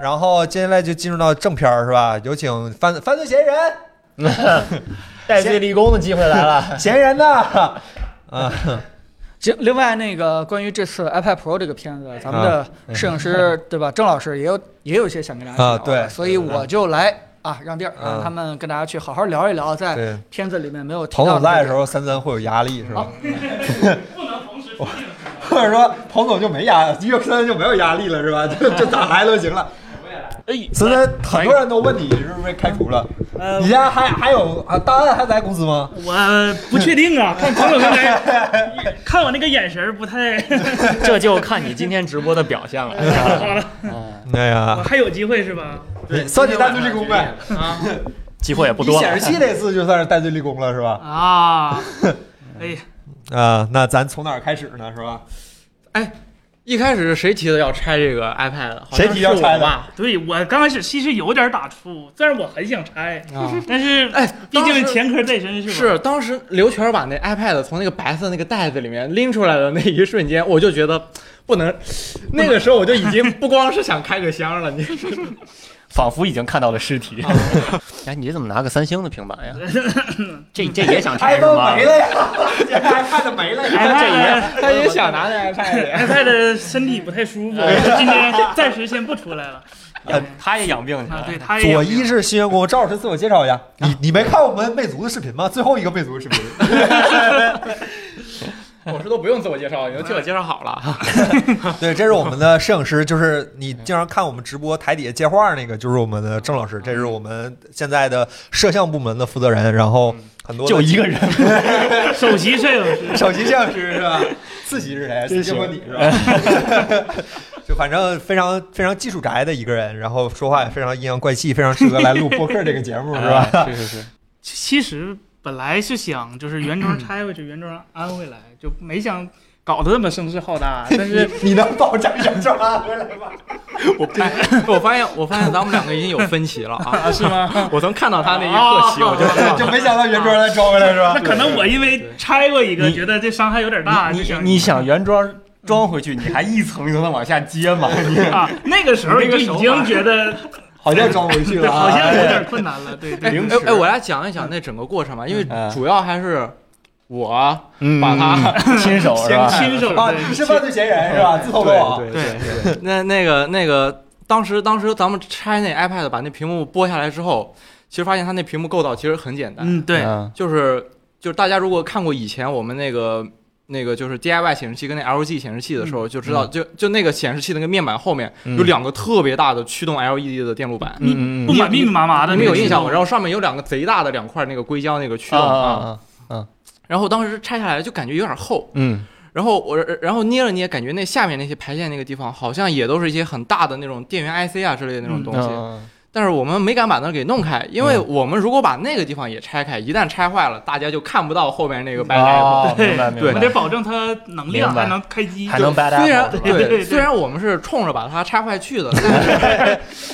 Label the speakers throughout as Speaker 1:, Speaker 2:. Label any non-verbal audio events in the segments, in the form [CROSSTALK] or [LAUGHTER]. Speaker 1: 然后接下来就进入到正片儿，是吧？有请犯犯罪嫌疑人，
Speaker 2: 戴罪立功的机会来了。
Speaker 1: 嫌疑人呢？
Speaker 3: [LAUGHS]
Speaker 1: 啊，
Speaker 4: 这另外那个关于这次 iPad Pro 这个片子，咱们的摄影师对吧，郑老师也有也有一些想跟大家聊
Speaker 1: 啊对
Speaker 4: 的，所以我就来啊让地儿，
Speaker 1: 嗯
Speaker 4: 让他们跟大家去好好聊一聊，在
Speaker 1: 对，
Speaker 4: 片子里面没有提
Speaker 1: 彭
Speaker 4: 到
Speaker 1: 总在的
Speaker 4: 这
Speaker 1: 时
Speaker 4: 个
Speaker 1: 候，三三会有压力， [LAUGHS] 是吧？
Speaker 3: 哦不能同时
Speaker 1: 或者说彭总就没压，因为三三就没有压力了，是吧？ [LAUGHS] 就就咋来都行了。
Speaker 2: 哎，
Speaker 1: 森森，很多人都问你是不是被开除了？
Speaker 3: 呃
Speaker 1: 你家还还有啊？档案还在公司吗？
Speaker 3: 我不确定
Speaker 1: [LAUGHS]
Speaker 3: 啊，看彭总应该，看我那个眼神儿
Speaker 1: [LAUGHS]
Speaker 3: 不太
Speaker 2: [LAUGHS] 这就看你今天直播的表现 [LAUGHS] 了。
Speaker 3: 好了，
Speaker 2: 嗯，
Speaker 1: 哎
Speaker 3: 我
Speaker 1: 呀，
Speaker 3: 还有机会是吧？
Speaker 1: 你算你戴罪立功呗。
Speaker 3: 啊
Speaker 2: 机会也不
Speaker 1: 你
Speaker 2: 多
Speaker 1: 显
Speaker 2: 了
Speaker 1: 示。器那次就算是戴罪立功了，是吧？
Speaker 3: 啊，哎呀，
Speaker 1: 啊，那咱从哪儿开始呢？是吧？
Speaker 5: 一开始是谁提的要拆这个 iPad？的？好像
Speaker 1: 谁提要拆的
Speaker 5: 是我吧？
Speaker 3: 对我刚开始其实有点打怵，虽然我很想拆，
Speaker 5: 啊，
Speaker 3: 但是
Speaker 5: 哎，
Speaker 3: 毕
Speaker 5: 当时
Speaker 3: 竟前科在身吧？
Speaker 5: 是当时刘全把那 iPad 从那个白色那个袋子里面拎出来的那一瞬间，我就觉得不
Speaker 2: [LAUGHS]
Speaker 5: 能，那个时候我就已经不光是想开个箱了，你
Speaker 2: [LAUGHS] 仿佛已经看到了尸体。
Speaker 5: 啊
Speaker 2: [LAUGHS] 哎，你怎么拿个三星的平板呀？
Speaker 5: [LAUGHS]
Speaker 2: 这这也想拆是
Speaker 1: iPhone
Speaker 2: 吗
Speaker 1: 没？了 [LAUGHS] 呀现在，iPad 没
Speaker 2: 哎
Speaker 1: 了呀。
Speaker 5: 这也
Speaker 3: iPad
Speaker 5: 他也想拿那 iPad，
Speaker 3: iPad 的身体不太舒服，今天暂时先不出来了。
Speaker 2: 他也养病去
Speaker 3: 啊，
Speaker 2: 了。
Speaker 3: [LAUGHS] 对，他
Speaker 1: [LAUGHS]
Speaker 3: 也
Speaker 1: 左一是新员工，赵老师自我介绍一下。
Speaker 2: 啊
Speaker 1: 你你没看我们魅族的视频吗？最后一个魅族的视频。
Speaker 2: [LAUGHS]
Speaker 5: 我说都不用自我介绍，你都替我介绍好了。
Speaker 1: 对，这是我们的摄影师，就是你经常看我们直播台底下接话那个，就是我们的郑老师，这是我们现在的摄像部门的负责人，然后很多的
Speaker 2: [LAUGHS] 嗯就一个人，
Speaker 5: 啊
Speaker 3: 首席摄影
Speaker 1: [LAUGHS]
Speaker 3: 师，
Speaker 1: 首席摄影师是吧？次席是谁？
Speaker 2: 真
Speaker 1: 次
Speaker 2: 是
Speaker 1: 席我你是吧？ [LAUGHS] 就反正非常非常技术宅的一个人，然后说话也非常阴阳怪气，非常适合来录播客这个节目，是吧？
Speaker 5: 吧？是是是，
Speaker 3: 其实本来是想就是原装拆回去，原装安回来，就没想搞得那么声势
Speaker 1: [LAUGHS]
Speaker 3: 浩大。但是
Speaker 1: 你你能保证原装拉回来吗？
Speaker 5: [LAUGHS] 我我发现我发现咱们两个已经有分歧了啊！
Speaker 3: 啊，是吗？
Speaker 5: [LAUGHS] 我从看到他那一
Speaker 2: 哦
Speaker 5: 刻起，我就
Speaker 2: [LAUGHS]
Speaker 5: 知
Speaker 1: [LAUGHS]
Speaker 5: 道
Speaker 1: 就没想到原装再装回来是吧
Speaker 3: 那？可能我因为拆过一个，
Speaker 2: 你
Speaker 3: 觉得这伤害有点大，
Speaker 2: 你
Speaker 3: 就
Speaker 2: 你
Speaker 3: 想
Speaker 2: 你想原装装回去，你还一层一层的往下接吗？ [LAUGHS] 你
Speaker 3: 啊，那个时候
Speaker 2: 你
Speaker 3: 你
Speaker 2: 那
Speaker 3: 就
Speaker 2: 个
Speaker 3: 已
Speaker 2: 手法
Speaker 3: 经觉得
Speaker 1: 好像装回去了啊，
Speaker 3: 好像有点困难了，对对。
Speaker 5: 哎
Speaker 2: 零
Speaker 5: 哎
Speaker 2: 食
Speaker 5: 哎，我来讲一讲那整个过程吧，因为
Speaker 2: 嗯
Speaker 5: 主要还是我
Speaker 2: 嗯
Speaker 5: 把它
Speaker 2: 亲手是吧？
Speaker 3: 亲手
Speaker 1: 啊，
Speaker 3: 对
Speaker 1: 你是犯罪嫌疑人是吧？自投罗网。
Speaker 2: 对
Speaker 5: 对，
Speaker 2: 嗯
Speaker 5: [LAUGHS] 那那个那个，当时当时咱们拆那 iPad 把那屏幕拨下来之后，其实发现它那屏幕构造其实很简单，
Speaker 3: 嗯，对，
Speaker 2: 嗯
Speaker 5: 就是就是大家如果看过以前我们那个那个就是 DIY 显示器跟那 LG 显示器的时候，就知道、就就那个显示器那个面板后面、
Speaker 2: 嗯
Speaker 5: 有两个特别大的驱动 LED 的电路板。
Speaker 2: 嗯嗯
Speaker 3: 不
Speaker 2: 嗯
Speaker 3: 满密密麻麻的，
Speaker 5: 你们有印象吗？
Speaker 3: 吗？
Speaker 5: 然后上面有两个贼大的两块那个硅胶那个驱
Speaker 1: 嗯
Speaker 5: 动
Speaker 2: 啊啊
Speaker 5: 然后当时拆下来就感觉有点厚，
Speaker 2: 嗯
Speaker 5: 然后我然后捏了捏，感觉那下面那些排线那个地方好像也都是一些很大的那种电源 IC 啊之类的那种东西，
Speaker 2: 嗯
Speaker 5: 但是我们没敢把那儿给弄开，因为我们如果把那个地方也拆开，一旦拆坏了，大家就看不到后面那个白
Speaker 2: 哦
Speaker 5: apple。
Speaker 2: 明白
Speaker 3: 我
Speaker 2: 明
Speaker 3: 们
Speaker 2: 白
Speaker 3: 得，保证它能量
Speaker 2: 明白
Speaker 3: 嗯还能开机，
Speaker 2: 还能 bad
Speaker 5: 虽然呃
Speaker 2: apple 是吧
Speaker 3: 对对
Speaker 5: 虽然我们是冲着把它拆坏去的，
Speaker 1: [LAUGHS]
Speaker 5: 但是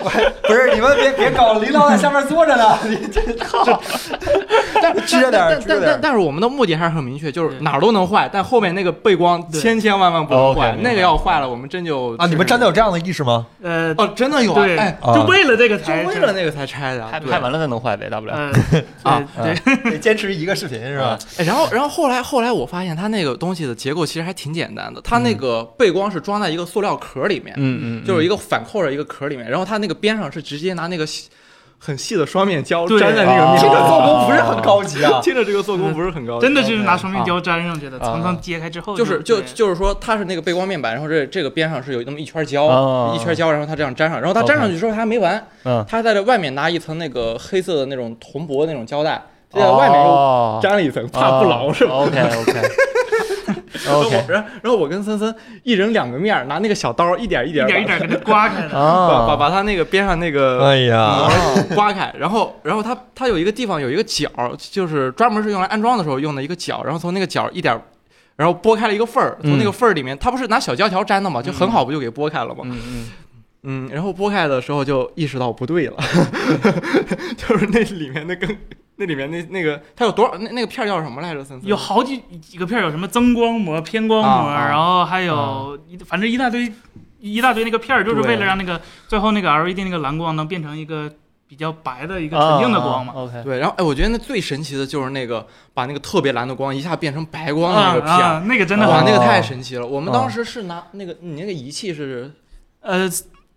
Speaker 1: 不是你们别别搞，领导在下面坐着呢，你这靠， [LAUGHS] 撅点儿
Speaker 5: 但但
Speaker 1: 撅点
Speaker 5: 但但
Speaker 1: 儿。
Speaker 5: 但是我们的目的还是很明确，就是
Speaker 3: 对
Speaker 5: 哪儿都能坏，但后面那个背光
Speaker 3: 对哦
Speaker 5: 千千万万不能
Speaker 2: OK，
Speaker 5: 坏，
Speaker 2: 明白
Speaker 5: 那个要坏了我们真就
Speaker 1: 啊，你们真的有这样的意识吗？
Speaker 3: 呃，
Speaker 5: 哦，真的有啊，
Speaker 3: 对
Speaker 5: 哎，
Speaker 1: 啊
Speaker 3: 就为了这个
Speaker 5: 就
Speaker 3: 才
Speaker 5: 为了那个才拆的，啊
Speaker 2: 拍
Speaker 5: 对
Speaker 2: 拍完了再能坏呗，大不
Speaker 4: 嗯
Speaker 2: 了。
Speaker 3: 呃
Speaker 5: 啊
Speaker 3: 对
Speaker 1: [LAUGHS] 得坚持一个视频是吧？
Speaker 5: 哎，然后，然后后来，后来我发现它那个东西的结构其实还挺简单的，它
Speaker 3: 嗯
Speaker 5: 那个背光是装在一个塑料壳里面，
Speaker 2: 嗯嗯，
Speaker 5: 就是一
Speaker 2: 个
Speaker 5: 个反扣着一个壳里面，然后它那个边上是直接拿那个细很细的双面胶
Speaker 3: 对
Speaker 5: 粘在那
Speaker 3: 啊
Speaker 5: 个面
Speaker 1: 这
Speaker 2: 这
Speaker 1: 个
Speaker 2: 个
Speaker 5: 上。
Speaker 1: 做
Speaker 2: 做
Speaker 1: 工
Speaker 2: 工
Speaker 1: 不
Speaker 2: 不
Speaker 1: 是
Speaker 2: 是
Speaker 1: 很
Speaker 2: 很
Speaker 1: 高级啊。
Speaker 5: [LAUGHS] 听着这个做工不是很高级，
Speaker 3: 真的就是拿双面胶粘上去的，层层揭开之后
Speaker 5: 就是就
Speaker 3: 对
Speaker 5: 就是说它是那个背光面板，然后这这个边上是有那么一圈胶，
Speaker 2: 哦
Speaker 5: 一圈胶，然后它这样粘上，然后它
Speaker 2: OK
Speaker 5: 粘上去之后它还没完，
Speaker 2: 嗯，
Speaker 5: 它在这外面拿一层那个黑色的那种铜箔那种胶带，在外面又
Speaker 2: 又
Speaker 5: 粘了一层，怕不牢是吧？
Speaker 2: ？OK OK
Speaker 5: 然
Speaker 2: 哦 OK
Speaker 5: 后我然后然后我跟森森一人两个面儿，拿那个小刀一点一
Speaker 3: 一
Speaker 5: 点
Speaker 3: 点一点给它刮开了。
Speaker 5: 把把
Speaker 2: 啊，
Speaker 5: 把它那个边上那
Speaker 2: 嗯
Speaker 5: 个
Speaker 1: [LAUGHS] 哎呀，
Speaker 5: 膜 [LAUGHS] 刮开，然后然后它它有一个地方有一个角，就是专门是用来安装的时候用的一个角，然后从那个角一点儿。然后拨开了一个缝儿，从那
Speaker 3: 嗯
Speaker 5: 个缝儿里面，它不是拿小胶条粘的嘛，就很好，不就给拨开了嘛。
Speaker 2: 嗯嗯，
Speaker 5: 嗯，然后拨开的时候就意识到不对了， [LAUGHS] 就是那里面那根，那里面那那个，它有多少那那个片儿叫什么来着？森森
Speaker 3: 有好几几个片儿，有什么增光膜、偏光膜，
Speaker 5: 啊啊
Speaker 3: 然后还有一反正一大堆一大堆那个片儿，就是为了
Speaker 2: 对
Speaker 3: 让那个最后那个 LED 那个蓝光能变成一个比较白的一
Speaker 5: 啊
Speaker 3: 个纯净的光嘛。
Speaker 2: OK，
Speaker 5: 对，然后哎，我觉得那最神奇的就是那个把那个特别蓝的光一下变成白光的
Speaker 3: 啊
Speaker 5: 那个片儿，
Speaker 3: 啊，那个真的
Speaker 5: 哇，
Speaker 3: 很
Speaker 5: 那个
Speaker 2: 哦
Speaker 5: 太神奇了！我们当
Speaker 2: 哦
Speaker 5: 时是拿那个你那个仪器是
Speaker 3: 呃，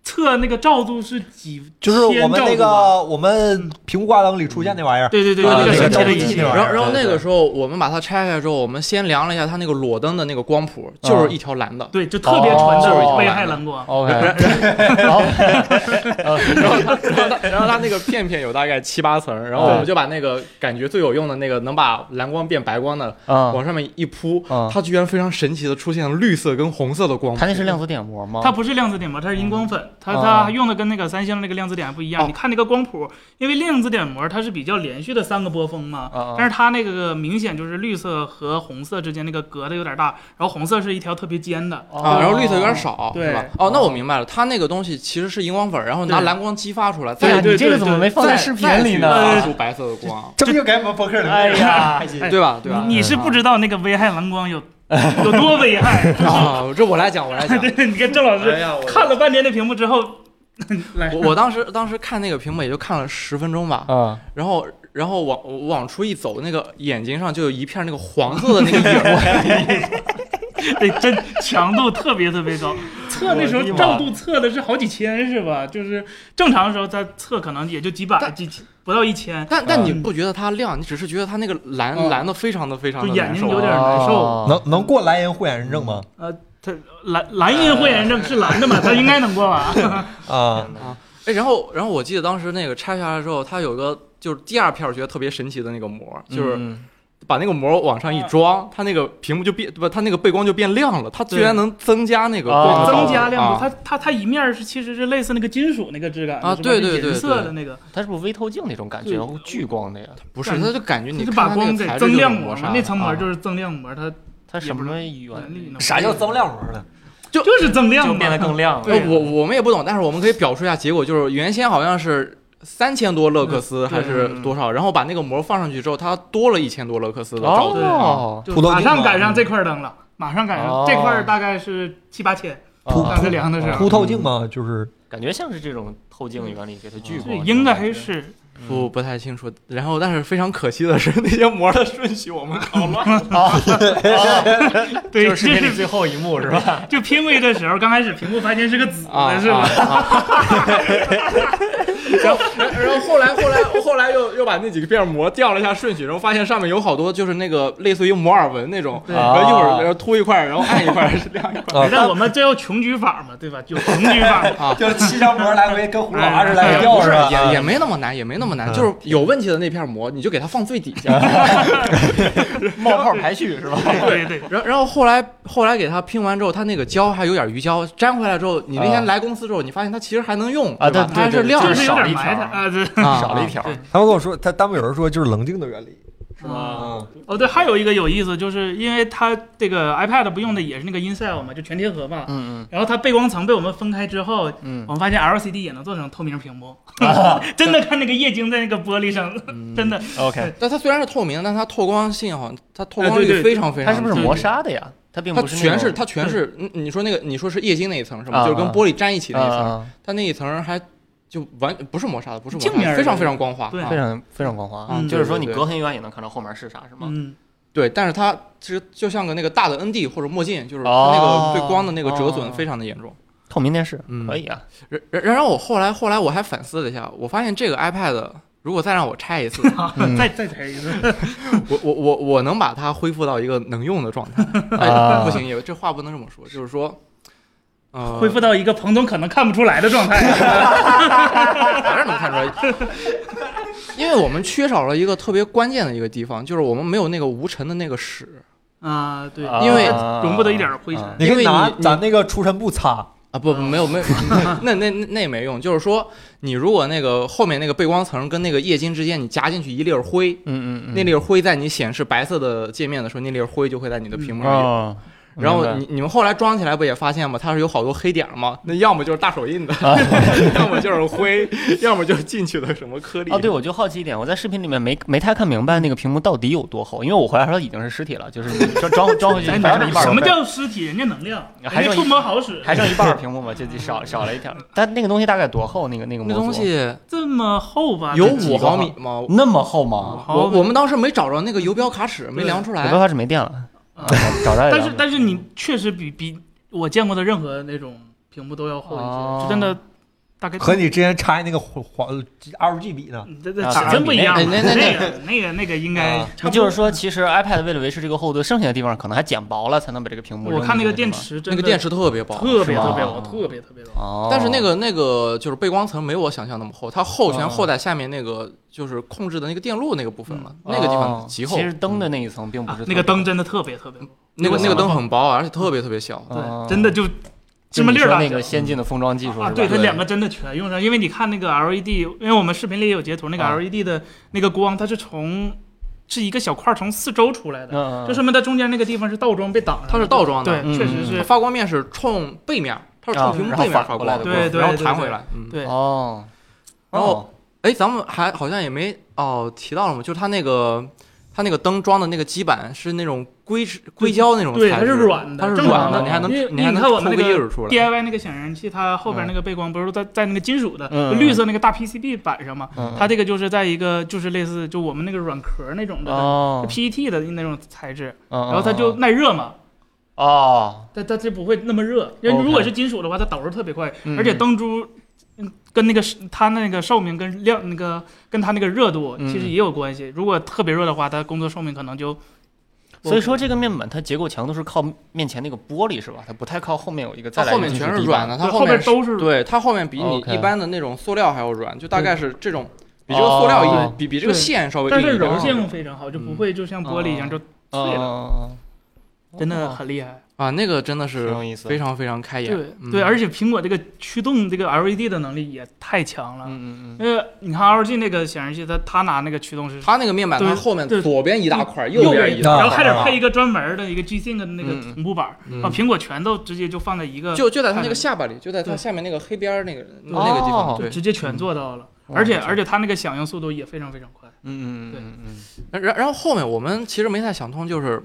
Speaker 3: 测那个照度是几，
Speaker 1: 就是我们那
Speaker 3: 千兆度吧，
Speaker 1: 个我们屏幕挂灯里出现那玩意儿，
Speaker 3: 对对对，
Speaker 5: 啊
Speaker 3: 那
Speaker 5: 那
Speaker 3: 个
Speaker 5: 个
Speaker 3: 神奇
Speaker 5: 照
Speaker 3: 的
Speaker 5: 度
Speaker 3: 仪
Speaker 1: 计
Speaker 3: 器
Speaker 1: 那玩意儿
Speaker 5: 然后，然后
Speaker 1: 对
Speaker 5: 那
Speaker 1: 对
Speaker 5: 个时候我们把它拆开之后，我们先量了一下它那个裸灯的那个光谱，
Speaker 2: 嗯
Speaker 5: 就是一条蓝的。
Speaker 3: 对，就特别纯
Speaker 2: 哦
Speaker 3: 的危害蓝光。
Speaker 2: OK，好，
Speaker 5: 然后它，然后它，然后它那个片片有大概七八层，然后我们就把那个感觉最有用的那个能把蓝光变白光的
Speaker 2: 啊，
Speaker 5: 往上面一铺
Speaker 2: 嗯，
Speaker 5: 它居然非常神奇的出现了绿色跟红色的光谱。
Speaker 2: 它那是量子点膜吗？
Speaker 3: 它不是量子点膜，它是荧光粉，它
Speaker 2: 哦
Speaker 3: 它用的跟那个三星的那个量子点还不一
Speaker 5: 哦
Speaker 3: 样。你看那个光谱，因为量子点膜它是比较连续的三个波峰嘛
Speaker 2: 哦哦，
Speaker 3: 但是它那个明显就是绿色和红色之间那个隔的有点大，然后红色是一条特别尖的，
Speaker 2: 哦
Speaker 5: 啊，然后绿色有点少，
Speaker 3: 对
Speaker 5: 是吧？哦，那我明白了，它那个东西其实是荧光粉，然后拿
Speaker 3: 对
Speaker 5: 蓝光激发出来，
Speaker 2: 对呀，
Speaker 5: 再
Speaker 2: 你这个怎么没放在
Speaker 5: 再
Speaker 2: 视频
Speaker 5: 再
Speaker 2: 里
Speaker 5: 去
Speaker 2: 呢
Speaker 5: 发？出白色的光，
Speaker 1: 这不就给我们博客的
Speaker 2: 哎呀
Speaker 1: [LAUGHS] 开心
Speaker 3: 哎
Speaker 5: 对吧？对吧？
Speaker 3: 你你是不知道那个危害蓝光有有多危害。
Speaker 2: 嗯
Speaker 5: 啊，这我来讲，我来
Speaker 2: [LAUGHS]
Speaker 5: 讲。
Speaker 3: [LAUGHS] 对，你看郑老师
Speaker 5: 哎呀，我
Speaker 3: 看了半天那屏幕之后，来，
Speaker 5: 我我当时当时看那个屏幕也就看了十分钟吧，
Speaker 2: 啊，
Speaker 5: 然后然后往我往出一走，那个眼睛上就有一片那个黄色的那个影
Speaker 3: [LAUGHS]
Speaker 5: 儿，
Speaker 3: 对，哎真强度特别特别高。测那时候
Speaker 2: 我的妈
Speaker 3: 照度测的是好几千是吧？就是正常时候咱测可能也就几百
Speaker 5: 但
Speaker 3: 几千，不到一千，
Speaker 5: 但但你
Speaker 3: 嗯
Speaker 5: 不觉得它亮，你只是觉得它那个蓝
Speaker 3: 嗯
Speaker 5: 蓝的非常的非常
Speaker 3: 就
Speaker 5: 的
Speaker 3: 眼
Speaker 5: 难
Speaker 3: 睛
Speaker 5: 受啊
Speaker 3: 有点难受
Speaker 2: 哦
Speaker 1: 能能过蓝银护眼认证吗？
Speaker 3: 呃，它蓝蓝印会员证是蓝的嘛，它应该能过吧？
Speaker 5: 呃
Speaker 3: [LAUGHS]
Speaker 1: 啊，
Speaker 5: 哎，然后然后我记得当时那个拆下来之后，它有个就是第二片儿我觉得特别神奇的那个膜，就是
Speaker 2: 嗯
Speaker 5: 把那个膜往上一装，它那个屏幕就变不，它那个背光就变亮了，它居
Speaker 3: 对哦
Speaker 5: 然能增加那个
Speaker 2: 啊
Speaker 5: 光的照
Speaker 3: 增
Speaker 5: 度
Speaker 3: 加亮
Speaker 5: 啊
Speaker 3: 度，它它它一面儿是其实是类似那个金属那个质感的
Speaker 5: 啊
Speaker 3: 是吧
Speaker 5: 对对
Speaker 3: 是
Speaker 5: 对
Speaker 3: 银色
Speaker 5: 对
Speaker 3: 的那个，
Speaker 2: 它是不是微透镜那种感觉
Speaker 3: 对，
Speaker 2: 聚光的呀？
Speaker 5: 不是，它就感觉
Speaker 3: 它
Speaker 5: 你
Speaker 3: 就
Speaker 5: 看
Speaker 3: 把
Speaker 5: 它那
Speaker 3: 光
Speaker 5: 个
Speaker 3: 给
Speaker 5: 材质
Speaker 3: 增
Speaker 5: 就
Speaker 3: 亮
Speaker 5: 是
Speaker 3: 膜
Speaker 5: 磨
Speaker 3: 嘛，
Speaker 5: 砂
Speaker 3: 那层膜
Speaker 2: 啊
Speaker 3: 就是增亮膜，它
Speaker 2: 它什么
Speaker 3: 原理
Speaker 2: 原理？
Speaker 3: 呢
Speaker 1: 啥叫增亮膜呢？
Speaker 5: 就
Speaker 3: 就是增亮嘛，
Speaker 2: 就变得更亮了。
Speaker 3: 对啊
Speaker 5: 呃我我们也不懂，但是我们可以表述一下结果，就是原先好像是三千多勒克斯
Speaker 3: 嗯
Speaker 5: 还是多少，然后把那个膜放上去之后，它多了一千多勒克斯的照度。
Speaker 2: 哦，
Speaker 3: 就
Speaker 1: 土豆
Speaker 3: 马
Speaker 1: 丁
Speaker 3: 上
Speaker 1: 嘛
Speaker 3: 赶
Speaker 5: 嗯
Speaker 3: 上这块灯了，马上赶上
Speaker 2: 哦
Speaker 3: 这块儿大概是七八千，
Speaker 5: 哦
Speaker 1: 突
Speaker 3: 当时量的时
Speaker 1: 凸
Speaker 3: 候，
Speaker 1: 透镜吗？就是
Speaker 2: 感觉像是这种透镜原理给它聚
Speaker 3: 是
Speaker 2: 光，
Speaker 3: 应该是
Speaker 5: 不不太清楚，然后但是非常可惜的是，那些膜的顺
Speaker 3: [LAUGHS]
Speaker 5: 序我们搞乱了。
Speaker 2: 啊，
Speaker 5: 哦
Speaker 2: [LAUGHS]
Speaker 3: 对，这
Speaker 2: 视频里
Speaker 3: 是
Speaker 2: 最后一幕是吧？
Speaker 3: 就拼位的时候，刚开始屏幕发现是个紫
Speaker 5: 啊，
Speaker 3: 的，是吧？
Speaker 5: 吧？然后，然后后来，后来，后来又又把那几个片膜调了一下顺序，然后发现上面有好多就是那个类似于摩尔纹那种，
Speaker 3: 对
Speaker 5: 然后一会儿然后凸一块儿，然后暗一块儿，
Speaker 3: [LAUGHS]
Speaker 5: 是亮一块儿。
Speaker 1: 啊，
Speaker 3: 但我们这要穷举法嘛，对吧？有穷举法，
Speaker 2: [LAUGHS]
Speaker 1: 就是七张膜来回跟葫芦
Speaker 3: 娃似的
Speaker 5: 哎
Speaker 1: 掉
Speaker 5: 不是
Speaker 1: 吧？啊
Speaker 5: 也
Speaker 3: 啊
Speaker 5: 也没那么难，也没那么难，就是有问题的那片膜，你就给它放最底
Speaker 3: [LAUGHS]
Speaker 5: 下。
Speaker 2: 冒泡排序是吧？
Speaker 3: 对对，
Speaker 5: 然然后后来后来给它拼完之后，它那个胶还有点余胶，粘回来之后，你那天
Speaker 2: 啊
Speaker 5: 来公司之后，你发现它其实还能用吧
Speaker 2: 啊对对
Speaker 5: 它还是
Speaker 2: 对
Speaker 5: 亮
Speaker 3: 就
Speaker 5: 的
Speaker 3: 是有
Speaker 2: 少了
Speaker 3: 点
Speaker 2: 一
Speaker 3: 埋
Speaker 2: 条
Speaker 3: 汰啊，对。
Speaker 5: 啊
Speaker 2: 少了一条
Speaker 3: 对
Speaker 1: 他们跟我说，他他们有人说就是棱镜的原理，
Speaker 3: 是
Speaker 2: 啊
Speaker 3: 吗？
Speaker 1: 嗯
Speaker 3: 哦，对，还有一个有意思，就是因为它这个 iPad 不用的也是那个 InCell 嘛，就全贴合嘛。
Speaker 2: 嗯
Speaker 3: 然后它背光层被我们分开之后，
Speaker 2: 嗯啊
Speaker 3: 我们发现 LCD 也能做成透明屏幕， [LAUGHS] 真的看那个液晶在那个玻璃上， [LAUGHS] 真的
Speaker 2: 嗯，OK，
Speaker 5: 但它虽然是透明，但它透光性好像它透
Speaker 3: 哎
Speaker 5: 光
Speaker 3: 对
Speaker 5: 率
Speaker 3: 对
Speaker 5: 非常非常低。
Speaker 2: 它是不是磨砂的呀？它并
Speaker 5: 它
Speaker 2: 不是
Speaker 5: 全是
Speaker 2: 是
Speaker 5: 它全是，嗯你说那个你说是液晶那一层是
Speaker 2: 啊
Speaker 5: 吗？就是跟
Speaker 2: 啊
Speaker 5: 玻璃粘一起那一层，
Speaker 2: 啊，
Speaker 5: 它那一层还就完不是磨砂的，不是磨
Speaker 3: 镜面
Speaker 5: 砂
Speaker 3: 儿
Speaker 5: 的，
Speaker 3: 的
Speaker 5: 非常非常光滑。
Speaker 3: 对
Speaker 5: 啊
Speaker 2: 非常非常光滑
Speaker 3: 嗯，
Speaker 2: 就是说你
Speaker 5: 对对对
Speaker 2: 隔很远也能看到后面是啥是吗？
Speaker 3: 嗯，
Speaker 5: 对，但是它其实就像个那个大的 ND 或者墨镜，就是它
Speaker 2: 哦
Speaker 5: 那个对光的那个折损
Speaker 2: 哦
Speaker 5: 非常的严重。
Speaker 2: 透明电视
Speaker 5: 嗯
Speaker 2: 可以啊，
Speaker 5: 然然然后我后来后来我还反思了一下，我发现这个 iPad 如果再让我拆一
Speaker 3: [LAUGHS]
Speaker 5: 次，
Speaker 2: 嗯
Speaker 3: 啊再
Speaker 2: [LAUGHS]
Speaker 3: 再拆一次，
Speaker 5: 我我我我能把它恢复到一个能用的状
Speaker 3: [LAUGHS]
Speaker 5: 态。哎，
Speaker 2: 啊
Speaker 5: 不行，也这话不能这么说，就是说，呃，
Speaker 3: 恢复到一个彭总可能看不出来的
Speaker 2: [LAUGHS]
Speaker 3: 状态。
Speaker 5: 还是能看出来，因为我们缺少了一个特别关键的一个地方，就是我们没有那个无尘的那个屎
Speaker 3: 啊，对
Speaker 2: 啊
Speaker 5: 因为
Speaker 3: 容不得一点灰尘
Speaker 2: 啊
Speaker 1: 你可
Speaker 5: 因
Speaker 1: 以
Speaker 5: 为
Speaker 1: 拿
Speaker 5: 你
Speaker 1: 咱那个除尘布擦，
Speaker 5: 啊，不，不没有没有，那那那那也没用。就是说，你如果那个后面那个背光层跟那个液晶之间，你夹进去一粒儿灰，
Speaker 2: 嗯嗯嗯，
Speaker 5: 那粒儿灰在你显示白色的界面的时候，那粒儿灰就会在你的屏幕上有。
Speaker 2: 哦
Speaker 5: 然后
Speaker 2: 明白
Speaker 5: 你你们后来装起来不也发现吗？它是有好多黑点儿吗？那要么就是大手印子，
Speaker 2: 啊
Speaker 5: [LAUGHS] 要么就是灰，要么就是进去的什么颗粒。
Speaker 2: 哦，对，我就好奇一点，我在视频里面没没太看明白那个屏幕到底有多厚，因为我回来的时候已经是尸体了，就是你装装装回去
Speaker 3: [LAUGHS] 哎，
Speaker 2: 还剩
Speaker 3: 你
Speaker 2: 一
Speaker 3: 看
Speaker 2: 半儿
Speaker 3: 什
Speaker 2: 呗，
Speaker 3: 么叫尸体？人家能量，人
Speaker 2: 还
Speaker 3: 家
Speaker 2: 剩一
Speaker 3: 触摸好使，
Speaker 2: 还剩一半儿屏幕嘛，就就少少了一条。但那个东西大概多厚？那个那个
Speaker 5: 那
Speaker 2: 模组
Speaker 5: 东西
Speaker 3: 这么厚吧？
Speaker 5: 有
Speaker 3: 这几
Speaker 5: 五
Speaker 3: 个
Speaker 5: 毫米吗？
Speaker 2: 那么厚吗？
Speaker 3: 毫
Speaker 5: 我
Speaker 3: 米
Speaker 5: 我们当时没找着那个游标卡尺，没量出
Speaker 2: 嗯我办
Speaker 5: 来。
Speaker 2: 法是没电了，
Speaker 3: 哎啊
Speaker 2: 找到一
Speaker 3: 但
Speaker 2: 张
Speaker 3: 是但是你确实比比我见过的任何那种屏幕都要厚一
Speaker 2: 哦
Speaker 3: 些，就真的大概
Speaker 1: 和你之前拆那个黄黄 LG 比呢？
Speaker 3: 嗯这这
Speaker 2: 啊
Speaker 3: 尺寸不一样
Speaker 5: 哎
Speaker 3: 嘛，
Speaker 5: 那那
Speaker 3: 那个那个那个应该
Speaker 5: 啊
Speaker 3: 差
Speaker 2: 那
Speaker 3: 不
Speaker 2: 就
Speaker 3: 多
Speaker 2: 是，说，其实 iPad 为了维持这个厚度，剩下的地方可能还剪薄了，才能把这个屏幕扔
Speaker 3: 我
Speaker 2: 进去。
Speaker 3: 看那个电
Speaker 2: 是
Speaker 3: 池，
Speaker 5: 那个电池特别薄，
Speaker 3: 特
Speaker 2: 是
Speaker 3: 别
Speaker 2: 吧
Speaker 3: 特别薄，特别特别薄
Speaker 2: 吗，。哦，
Speaker 5: 但是那个那个就是背光层没我想象那么厚，它厚
Speaker 2: 嗯
Speaker 5: 全厚在下面那个就是控制的那个电路那个部分了，那个地
Speaker 2: 哦
Speaker 5: 方极厚
Speaker 2: 其。实灯的那一层并不是
Speaker 3: 啊
Speaker 2: 特
Speaker 3: 那
Speaker 2: 别
Speaker 3: 个灯真的特别特别薄，
Speaker 5: 那个
Speaker 3: 我
Speaker 5: 那个
Speaker 3: 想
Speaker 5: 灯很薄，而且特别特别小。
Speaker 2: 哦
Speaker 3: 对，真的就芝
Speaker 2: 就
Speaker 3: 麻
Speaker 2: 你
Speaker 3: 粒儿
Speaker 2: 说
Speaker 3: 大
Speaker 2: 那
Speaker 3: 小
Speaker 2: 个先进的封装技术
Speaker 3: 啊，
Speaker 2: 是
Speaker 3: 对，
Speaker 2: 吧
Speaker 3: 它
Speaker 5: 对
Speaker 3: 两个真的全用上，因为你看那个 LED，因为我们视频里也有截图，那个
Speaker 2: 啊
Speaker 3: LED 的那个光，它是从是一个小块儿从四周出来的，
Speaker 2: 嗯，
Speaker 3: 就说明它中间那个地方是倒装被挡上的，
Speaker 5: 它是倒装的嗯
Speaker 3: 对，确实
Speaker 5: 它
Speaker 3: 是，
Speaker 5: 发光面是冲背面，它是
Speaker 2: 啊
Speaker 5: 冲屏幕
Speaker 2: 然后
Speaker 5: 背面
Speaker 2: 反
Speaker 5: 发
Speaker 2: 过
Speaker 5: 光的，
Speaker 2: 来的
Speaker 3: 对对
Speaker 5: 然后
Speaker 3: 对
Speaker 5: 弹
Speaker 3: 对
Speaker 5: 回来。嗯，
Speaker 3: 对，
Speaker 2: 哦，
Speaker 5: 然后哎，咱们还好像也没哦提到了嘛，就是它那个它那个灯装的那个基板是那种硅脂硅胶那种材质，
Speaker 3: 对，它是软的，
Speaker 5: 它是
Speaker 3: 正
Speaker 5: 软
Speaker 3: 常
Speaker 5: 的，
Speaker 3: 的，啊
Speaker 5: 你还能
Speaker 3: 因为
Speaker 5: 你还
Speaker 3: 你
Speaker 5: 能
Speaker 3: 看我
Speaker 5: 抠
Speaker 3: 们
Speaker 5: 个
Speaker 3: 那
Speaker 5: 叶
Speaker 3: 个
Speaker 5: 子出来。
Speaker 3: DIY 那个显示器，它后边那个背光不是在在那个金属的
Speaker 2: 嗯
Speaker 3: 就绿色那个大 PCB 板上吗？
Speaker 2: 嗯
Speaker 3: 它这个就是在一个就是类似就我们那个软壳那种
Speaker 5: 嗯
Speaker 3: 的
Speaker 2: 哦，嗯
Speaker 3: PET 的那种材质，
Speaker 2: 然
Speaker 3: 然后它就耐热嘛，
Speaker 2: 哦，
Speaker 3: 它它就不会那么热。因
Speaker 5: 嗯
Speaker 3: 为
Speaker 2: OK
Speaker 3: 如果是金属的话，它导热特别快，
Speaker 2: 嗯
Speaker 3: 而且灯珠。嗯跟那个是它那个寿命跟亮那个跟它那个热度其实
Speaker 2: 嗯
Speaker 3: 也有关系。如果特别热的话，它工作寿命可能就
Speaker 2: 所以说这个面板它结构强度是靠面前那个玻璃是吧？它不太靠后面有一个再
Speaker 5: 它
Speaker 2: 来
Speaker 5: 哦后面全是软
Speaker 2: 的，
Speaker 5: 的，它
Speaker 3: 对
Speaker 5: 面
Speaker 3: 边都是
Speaker 5: 对它后面比你
Speaker 2: OK
Speaker 5: 一般的那种塑料还要软，就大概是这种，比这个塑料
Speaker 2: 哦
Speaker 5: 一比比这个
Speaker 3: 对
Speaker 5: 线稍微
Speaker 3: 但
Speaker 5: 硬
Speaker 3: 是
Speaker 5: 一点啊
Speaker 3: 柔性非常好，就不
Speaker 5: 嗯
Speaker 3: 会就像玻璃一样就碎了，
Speaker 2: 哦，
Speaker 3: 真的很厉害。
Speaker 5: 啊，那个真的
Speaker 2: 挺
Speaker 5: 是
Speaker 2: 有意思，
Speaker 5: 非常非常开眼。
Speaker 3: 对
Speaker 5: 嗯
Speaker 3: 对，而且苹果这个驱动这个 LED 的能力也太强了。
Speaker 2: 嗯嗯嗯，
Speaker 3: 因为你看 LG 那个显示器，它它拿那个驱动是
Speaker 5: 它那个面板，
Speaker 3: 对
Speaker 5: 它后面
Speaker 3: 对
Speaker 5: 左边一大块，
Speaker 3: 右
Speaker 5: 边
Speaker 3: 边
Speaker 5: 一
Speaker 1: 大
Speaker 5: 大
Speaker 1: 块
Speaker 5: 块，啊
Speaker 3: 然后还得配一个专门的一个 G-Sync 的那个
Speaker 2: 嗯嗯
Speaker 3: 同步板儿，
Speaker 5: 嗯
Speaker 3: 啊，苹果全都直接就放在一个，
Speaker 5: 就就在它那个下巴里，就在它
Speaker 3: 对
Speaker 5: 下面那个黑边儿那个那个地方。
Speaker 2: 哦
Speaker 5: 对，
Speaker 3: 直接全做到了，
Speaker 2: 嗯
Speaker 3: 而且
Speaker 2: 哇这
Speaker 3: 而且它那个响应速度也非常非常快。
Speaker 2: 嗯嗯嗯嗯
Speaker 5: 然然然后后面我们其实没太想通，就是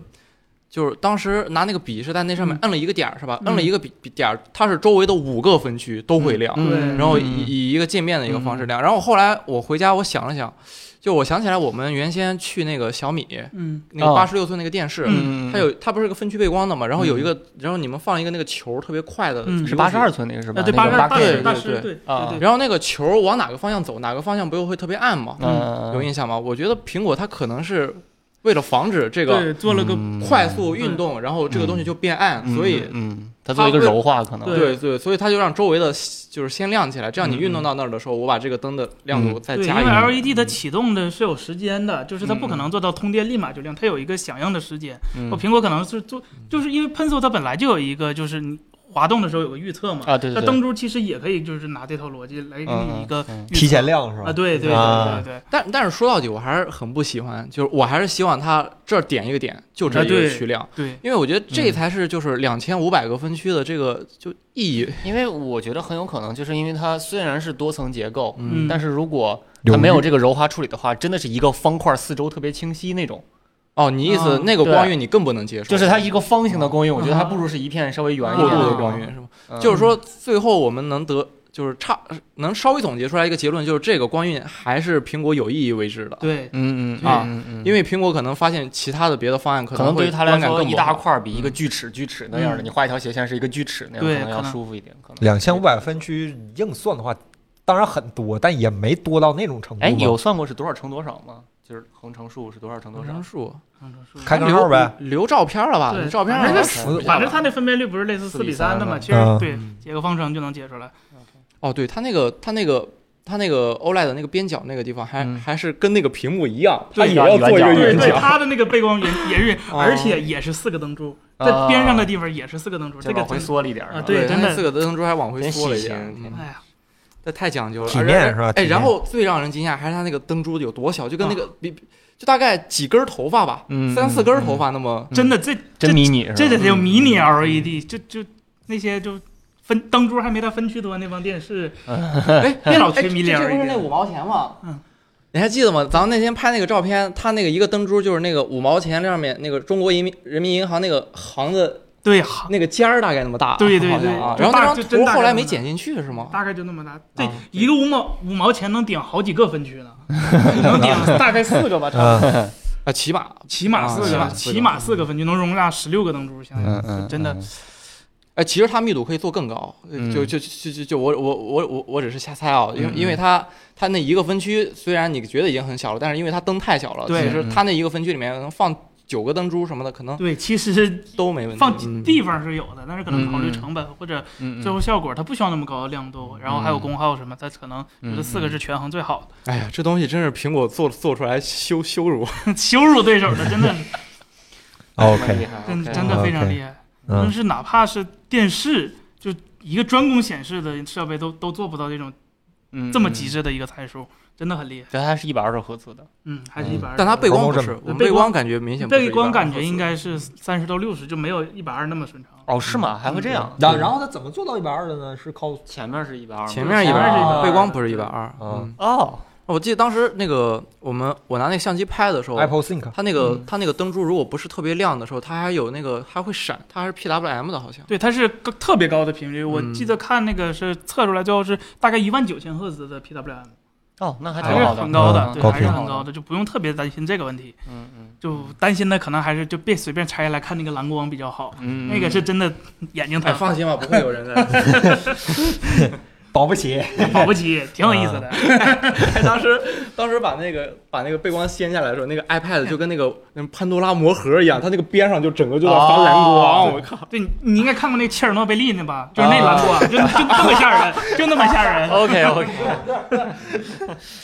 Speaker 5: 就是当时拿那个笔是在那上面摁了一个点儿是吧？
Speaker 3: 嗯
Speaker 5: 摁了一个笔笔点儿，它是周围的五个分区都会亮，
Speaker 2: 嗯，
Speaker 3: 对
Speaker 5: 然后以以一个界面的一个方式亮。然后后来我回家我想了想，就我想起来我们原先去那个小米
Speaker 3: 嗯，
Speaker 5: 那个
Speaker 2: 啊
Speaker 5: 八十六寸那个电视。
Speaker 2: 嗯，
Speaker 5: 它有，它不是个分区背光的嘛？然后有一个，然后你们放一个那个球，特别快的，
Speaker 3: 嗯
Speaker 2: 是八十二寸那个是吧？
Speaker 3: 啊，对，八十二大
Speaker 5: 对
Speaker 3: 师
Speaker 5: 对
Speaker 3: 大
Speaker 5: 对
Speaker 3: 师，对
Speaker 2: 啊
Speaker 3: 对对，
Speaker 5: 然后那个球往哪个方向走，哪个方向不又会特别暗嘛？
Speaker 2: 嗯，
Speaker 5: 有印象吗？我觉得苹果它可能是为了防止这个
Speaker 3: 对做了个
Speaker 5: 快速运动，然后这个东西就变暗，所以
Speaker 2: 嗯，它做一个柔化可能，
Speaker 5: 对对，所以它就让周围的就是先亮起来，这样你
Speaker 2: 嗯
Speaker 5: 运动到那儿的时候，我把这个灯的亮度再
Speaker 3: 对，因
Speaker 5: 加一
Speaker 3: 为 E
Speaker 5: 点。
Speaker 3: LED 它启动的是有时间的，就是它
Speaker 5: 嗯
Speaker 3: 不可能做到通电立马就亮，它有一个响应的时间。
Speaker 5: 嗯
Speaker 3: 我苹果可能是做，就是因为 Pencil 它本来就有一个，就是你滑动的时候有个预测嘛。
Speaker 2: 啊，对
Speaker 3: 那
Speaker 2: 对
Speaker 3: 灯珠其实也可以，就是拿这套逻辑来给你一个
Speaker 2: 嗯嗯
Speaker 3: 预测
Speaker 1: 提前亮是吧？
Speaker 3: 啊，对对
Speaker 1: 啊
Speaker 3: 对对对，
Speaker 5: 但但是说到底，我还是很不喜欢，就是我还是希望它这儿点一个点，就这
Speaker 3: 啊
Speaker 5: 一个
Speaker 3: 对
Speaker 5: 区亮，
Speaker 3: 对，
Speaker 5: 因为我觉得这才是就是两千五百个分区的这个就意义。
Speaker 2: 因为我觉得很有可能就是因为它虽然是多层结构，
Speaker 5: 嗯
Speaker 2: 但是如果它没有这个柔化处理的话，真的是一个方块四周特别清晰那种，
Speaker 5: 哦，你意思
Speaker 3: 啊
Speaker 5: 那个
Speaker 2: 对
Speaker 5: 光晕你更不能接受，
Speaker 2: 就是它一个方形的光晕，我觉得
Speaker 3: 啊
Speaker 2: 还不如是一片稍微圆一
Speaker 5: 过
Speaker 2: 点
Speaker 5: 度的
Speaker 3: 啊
Speaker 5: 光晕是吗？
Speaker 2: 嗯
Speaker 5: 就是说，最后我们能得就是差能稍微总结出来一个结论，就是这个光晕还是苹果有意义为之的。
Speaker 3: 对
Speaker 2: 嗯嗯
Speaker 5: 啊
Speaker 2: 嗯嗯，
Speaker 5: 因
Speaker 2: 为
Speaker 5: 为苹果可能发现其他的别的方案可
Speaker 2: 可能对
Speaker 5: 会
Speaker 2: 于它来
Speaker 5: 观感
Speaker 2: 说，
Speaker 5: 更
Speaker 2: 一
Speaker 5: 不
Speaker 2: 大
Speaker 5: 好
Speaker 2: 块儿比一个锯齿锯齿那样的，
Speaker 3: 嗯
Speaker 2: 你画一条斜线是一个锯齿那样，
Speaker 3: 对
Speaker 2: 可能要
Speaker 3: 可能
Speaker 2: 舒服一点。可能
Speaker 1: 两千五百分区硬算的话，当然很多，但也没多到那种程度。
Speaker 2: 哎，有算过是多少乘多少吗？就是横乘数是多少乘多
Speaker 5: 多
Speaker 2: 少
Speaker 5: 少？数，
Speaker 3: 嗯
Speaker 1: 开个
Speaker 5: 留
Speaker 1: 号呗，
Speaker 5: 留照片了吧？
Speaker 3: 对
Speaker 5: 照片啊
Speaker 3: 反正
Speaker 5: 让我
Speaker 3: 它
Speaker 5: 数一下吧
Speaker 3: 反正它那分辨率不是类似
Speaker 2: 四
Speaker 3: 四
Speaker 2: 比
Speaker 3: 比
Speaker 2: 三
Speaker 3: 三的嘛，
Speaker 2: 嘛
Speaker 3: 其实
Speaker 1: 嗯
Speaker 3: 对解个方程就能解出来。
Speaker 5: 哦，对，它那个它那个。它那个 OLED 的那个边角那个地方还、
Speaker 2: 嗯
Speaker 5: 还是跟那个屏幕一样，它
Speaker 2: 对
Speaker 5: 也要做一个
Speaker 2: 圆角
Speaker 3: 对
Speaker 5: 圆
Speaker 3: 对，
Speaker 5: 角。
Speaker 3: 它的那个背光也也是，
Speaker 5: 哦
Speaker 3: 而且也是四个灯珠，
Speaker 2: 啊
Speaker 3: 在边上的地方也是四个灯珠，
Speaker 2: 就
Speaker 3: 这
Speaker 2: 往
Speaker 3: 个
Speaker 2: 回
Speaker 3: 真
Speaker 2: 缩了一点儿
Speaker 3: 啊
Speaker 2: 是吧
Speaker 3: 对
Speaker 5: 它
Speaker 3: 真的
Speaker 5: 那四个灯珠还往回
Speaker 2: 真
Speaker 5: 缩了
Speaker 2: 细
Speaker 5: 一点
Speaker 2: 心。
Speaker 5: 嗯
Speaker 3: 哎呀，
Speaker 5: 那太讲究了，
Speaker 1: 体面
Speaker 5: 而
Speaker 1: 是吧体
Speaker 5: 哎，
Speaker 1: 面
Speaker 5: 然后最让人惊讶还是它那个灯珠有多小，就跟那个比，就大概几根头发吧，
Speaker 2: 嗯
Speaker 5: 三四根头发那么。
Speaker 3: 真的这这
Speaker 2: 真迷你是吧？
Speaker 1: 嗯
Speaker 3: 这得有迷
Speaker 5: 嗯
Speaker 3: 你 LED，就就那些就分灯珠还没它分区多，那帮电视
Speaker 5: 哎，
Speaker 3: 别老
Speaker 5: 哎
Speaker 3: 吹迷你
Speaker 5: 这这不是
Speaker 3: LED
Speaker 5: 那五毛钱吗？
Speaker 3: 嗯，
Speaker 5: 你还记得吗？咱们那天拍那个照片，它那个一个灯珠就是那个五毛钱上面那个中国人民人民银行那个行的
Speaker 3: 对，
Speaker 5: 那个尖儿大概那么大，
Speaker 3: 对对
Speaker 5: 好像啊。
Speaker 3: 对
Speaker 5: 然后
Speaker 3: 就大
Speaker 5: 那张
Speaker 3: 就真
Speaker 5: 图
Speaker 3: 大
Speaker 5: 后
Speaker 3: 概
Speaker 5: 来
Speaker 3: 那么
Speaker 5: 没
Speaker 3: 大
Speaker 5: 剪进去是吗？
Speaker 3: 大概就那么大。对
Speaker 5: 啊，
Speaker 3: 一个五毛五毛钱能顶好几个分区呢，能顶
Speaker 5: [LAUGHS]
Speaker 3: 大概四个吧，差不多
Speaker 1: 嗯，
Speaker 5: 啊，起码
Speaker 3: 起码四个吧，
Speaker 5: 啊起码四个
Speaker 3: 起码四个分区能容纳十六个灯珠，相
Speaker 2: 嗯
Speaker 3: 当
Speaker 2: 嗯
Speaker 3: 于真的
Speaker 2: 嗯
Speaker 5: 哎，其实它密度可以做更高，呃
Speaker 2: 嗯
Speaker 5: 就就就就就我我我我我只是瞎猜啊，因为
Speaker 2: 嗯
Speaker 5: 因为它它那一个分区虽然你觉得已经很小了，但是因为它灯太小了，
Speaker 3: 对
Speaker 5: 其实它那一个分区里面能放九个灯珠什么的，可能
Speaker 3: 对，其实
Speaker 5: 都没问题。
Speaker 3: 放
Speaker 5: 嗯
Speaker 3: 地方是有的，但是可能考
Speaker 2: 嗯
Speaker 3: 虑
Speaker 2: 嗯
Speaker 3: 成本或者
Speaker 2: 嗯
Speaker 3: 最后效果，它不需要那么高的亮度，然后还有
Speaker 2: 嗯
Speaker 3: 功耗什么，它可能
Speaker 5: 嗯
Speaker 3: 觉得四个是权衡最好
Speaker 5: 哎呀，这东西真是苹果做做出来羞羞辱。
Speaker 3: 的， [LAUGHS] 羞辱对手的，真的
Speaker 1: 啊哦，OK，
Speaker 2: 嗯
Speaker 3: 真
Speaker 5: 对
Speaker 3: 真的非常厉害。但
Speaker 1: 嗯，
Speaker 3: 是哪怕是电视，就一个专供显示的设备都都做不到这种
Speaker 2: 嗯
Speaker 3: 这么极，致的一个参数，真的很厉害。
Speaker 2: 但它是一百二十赫兹的，
Speaker 3: 嗯，还是一百二，
Speaker 5: 但它背光不
Speaker 1: 光
Speaker 5: 是，我们
Speaker 3: 背
Speaker 5: 背
Speaker 3: 光
Speaker 5: 光感觉明显不是
Speaker 3: 背光
Speaker 5: 120
Speaker 3: 感觉应
Speaker 5: 赫兹
Speaker 3: 该是三十到六十，就没有一百二那么顺畅。
Speaker 2: 哦，是吗？还会这样？
Speaker 1: 那嗯然后他怎么做到一百二的呢？是靠
Speaker 2: 前面是一百二，
Speaker 5: 前面
Speaker 3: 前
Speaker 5: 一百
Speaker 3: 面是120
Speaker 5: 背光不是一百二。
Speaker 1: 嗯
Speaker 5: 嗯，
Speaker 2: 哦，
Speaker 5: 我记得当时那个我们我拿那个相机拍的时候，
Speaker 1: Apple Think
Speaker 5: 它那个、
Speaker 2: 嗯
Speaker 5: 它那个灯珠如果不是特别亮的时候，它还有那个还会闪，它还是 PWM 的好像。
Speaker 3: 对，它是高特别高的频率，我
Speaker 5: 嗯
Speaker 3: 记得看那个是测出来最后是大概一万九千赫兹的 PWM，
Speaker 2: 哦，那还
Speaker 3: 还
Speaker 2: 挺
Speaker 3: 是
Speaker 2: 好的，
Speaker 3: 很高的，
Speaker 2: 嗯
Speaker 3: 对，
Speaker 1: 高
Speaker 3: 还是
Speaker 1: 频
Speaker 3: 很高的，就不用特别担心这个问题，
Speaker 2: 嗯嗯
Speaker 3: 就担心的可能还是就别随便拆下来看那个蓝光比较好，
Speaker 2: 嗯，
Speaker 3: 那个是真的眼睛
Speaker 5: [LAUGHS] 哎，
Speaker 3: 疼，
Speaker 5: 放心吧，不会有人
Speaker 2: [LAUGHS]
Speaker 5: 在。
Speaker 1: 保不齐，
Speaker 3: 保不齐，挺有意
Speaker 5: 嗯
Speaker 3: 思的。
Speaker 5: 哎当时当时把那个把那个背光掀下来的时候，那个 iPad 就跟那个那潘多拉魔盒一样，它那个边上就整个就在发蓝
Speaker 2: 哦
Speaker 5: 光，我靠！
Speaker 3: 对，你你应该看过那切尔诺贝利那吧，就是
Speaker 5: 啊
Speaker 3: 那蓝光，就就那么吓人，就那么吓
Speaker 5: 哦
Speaker 3: 人，
Speaker 2: OK OK，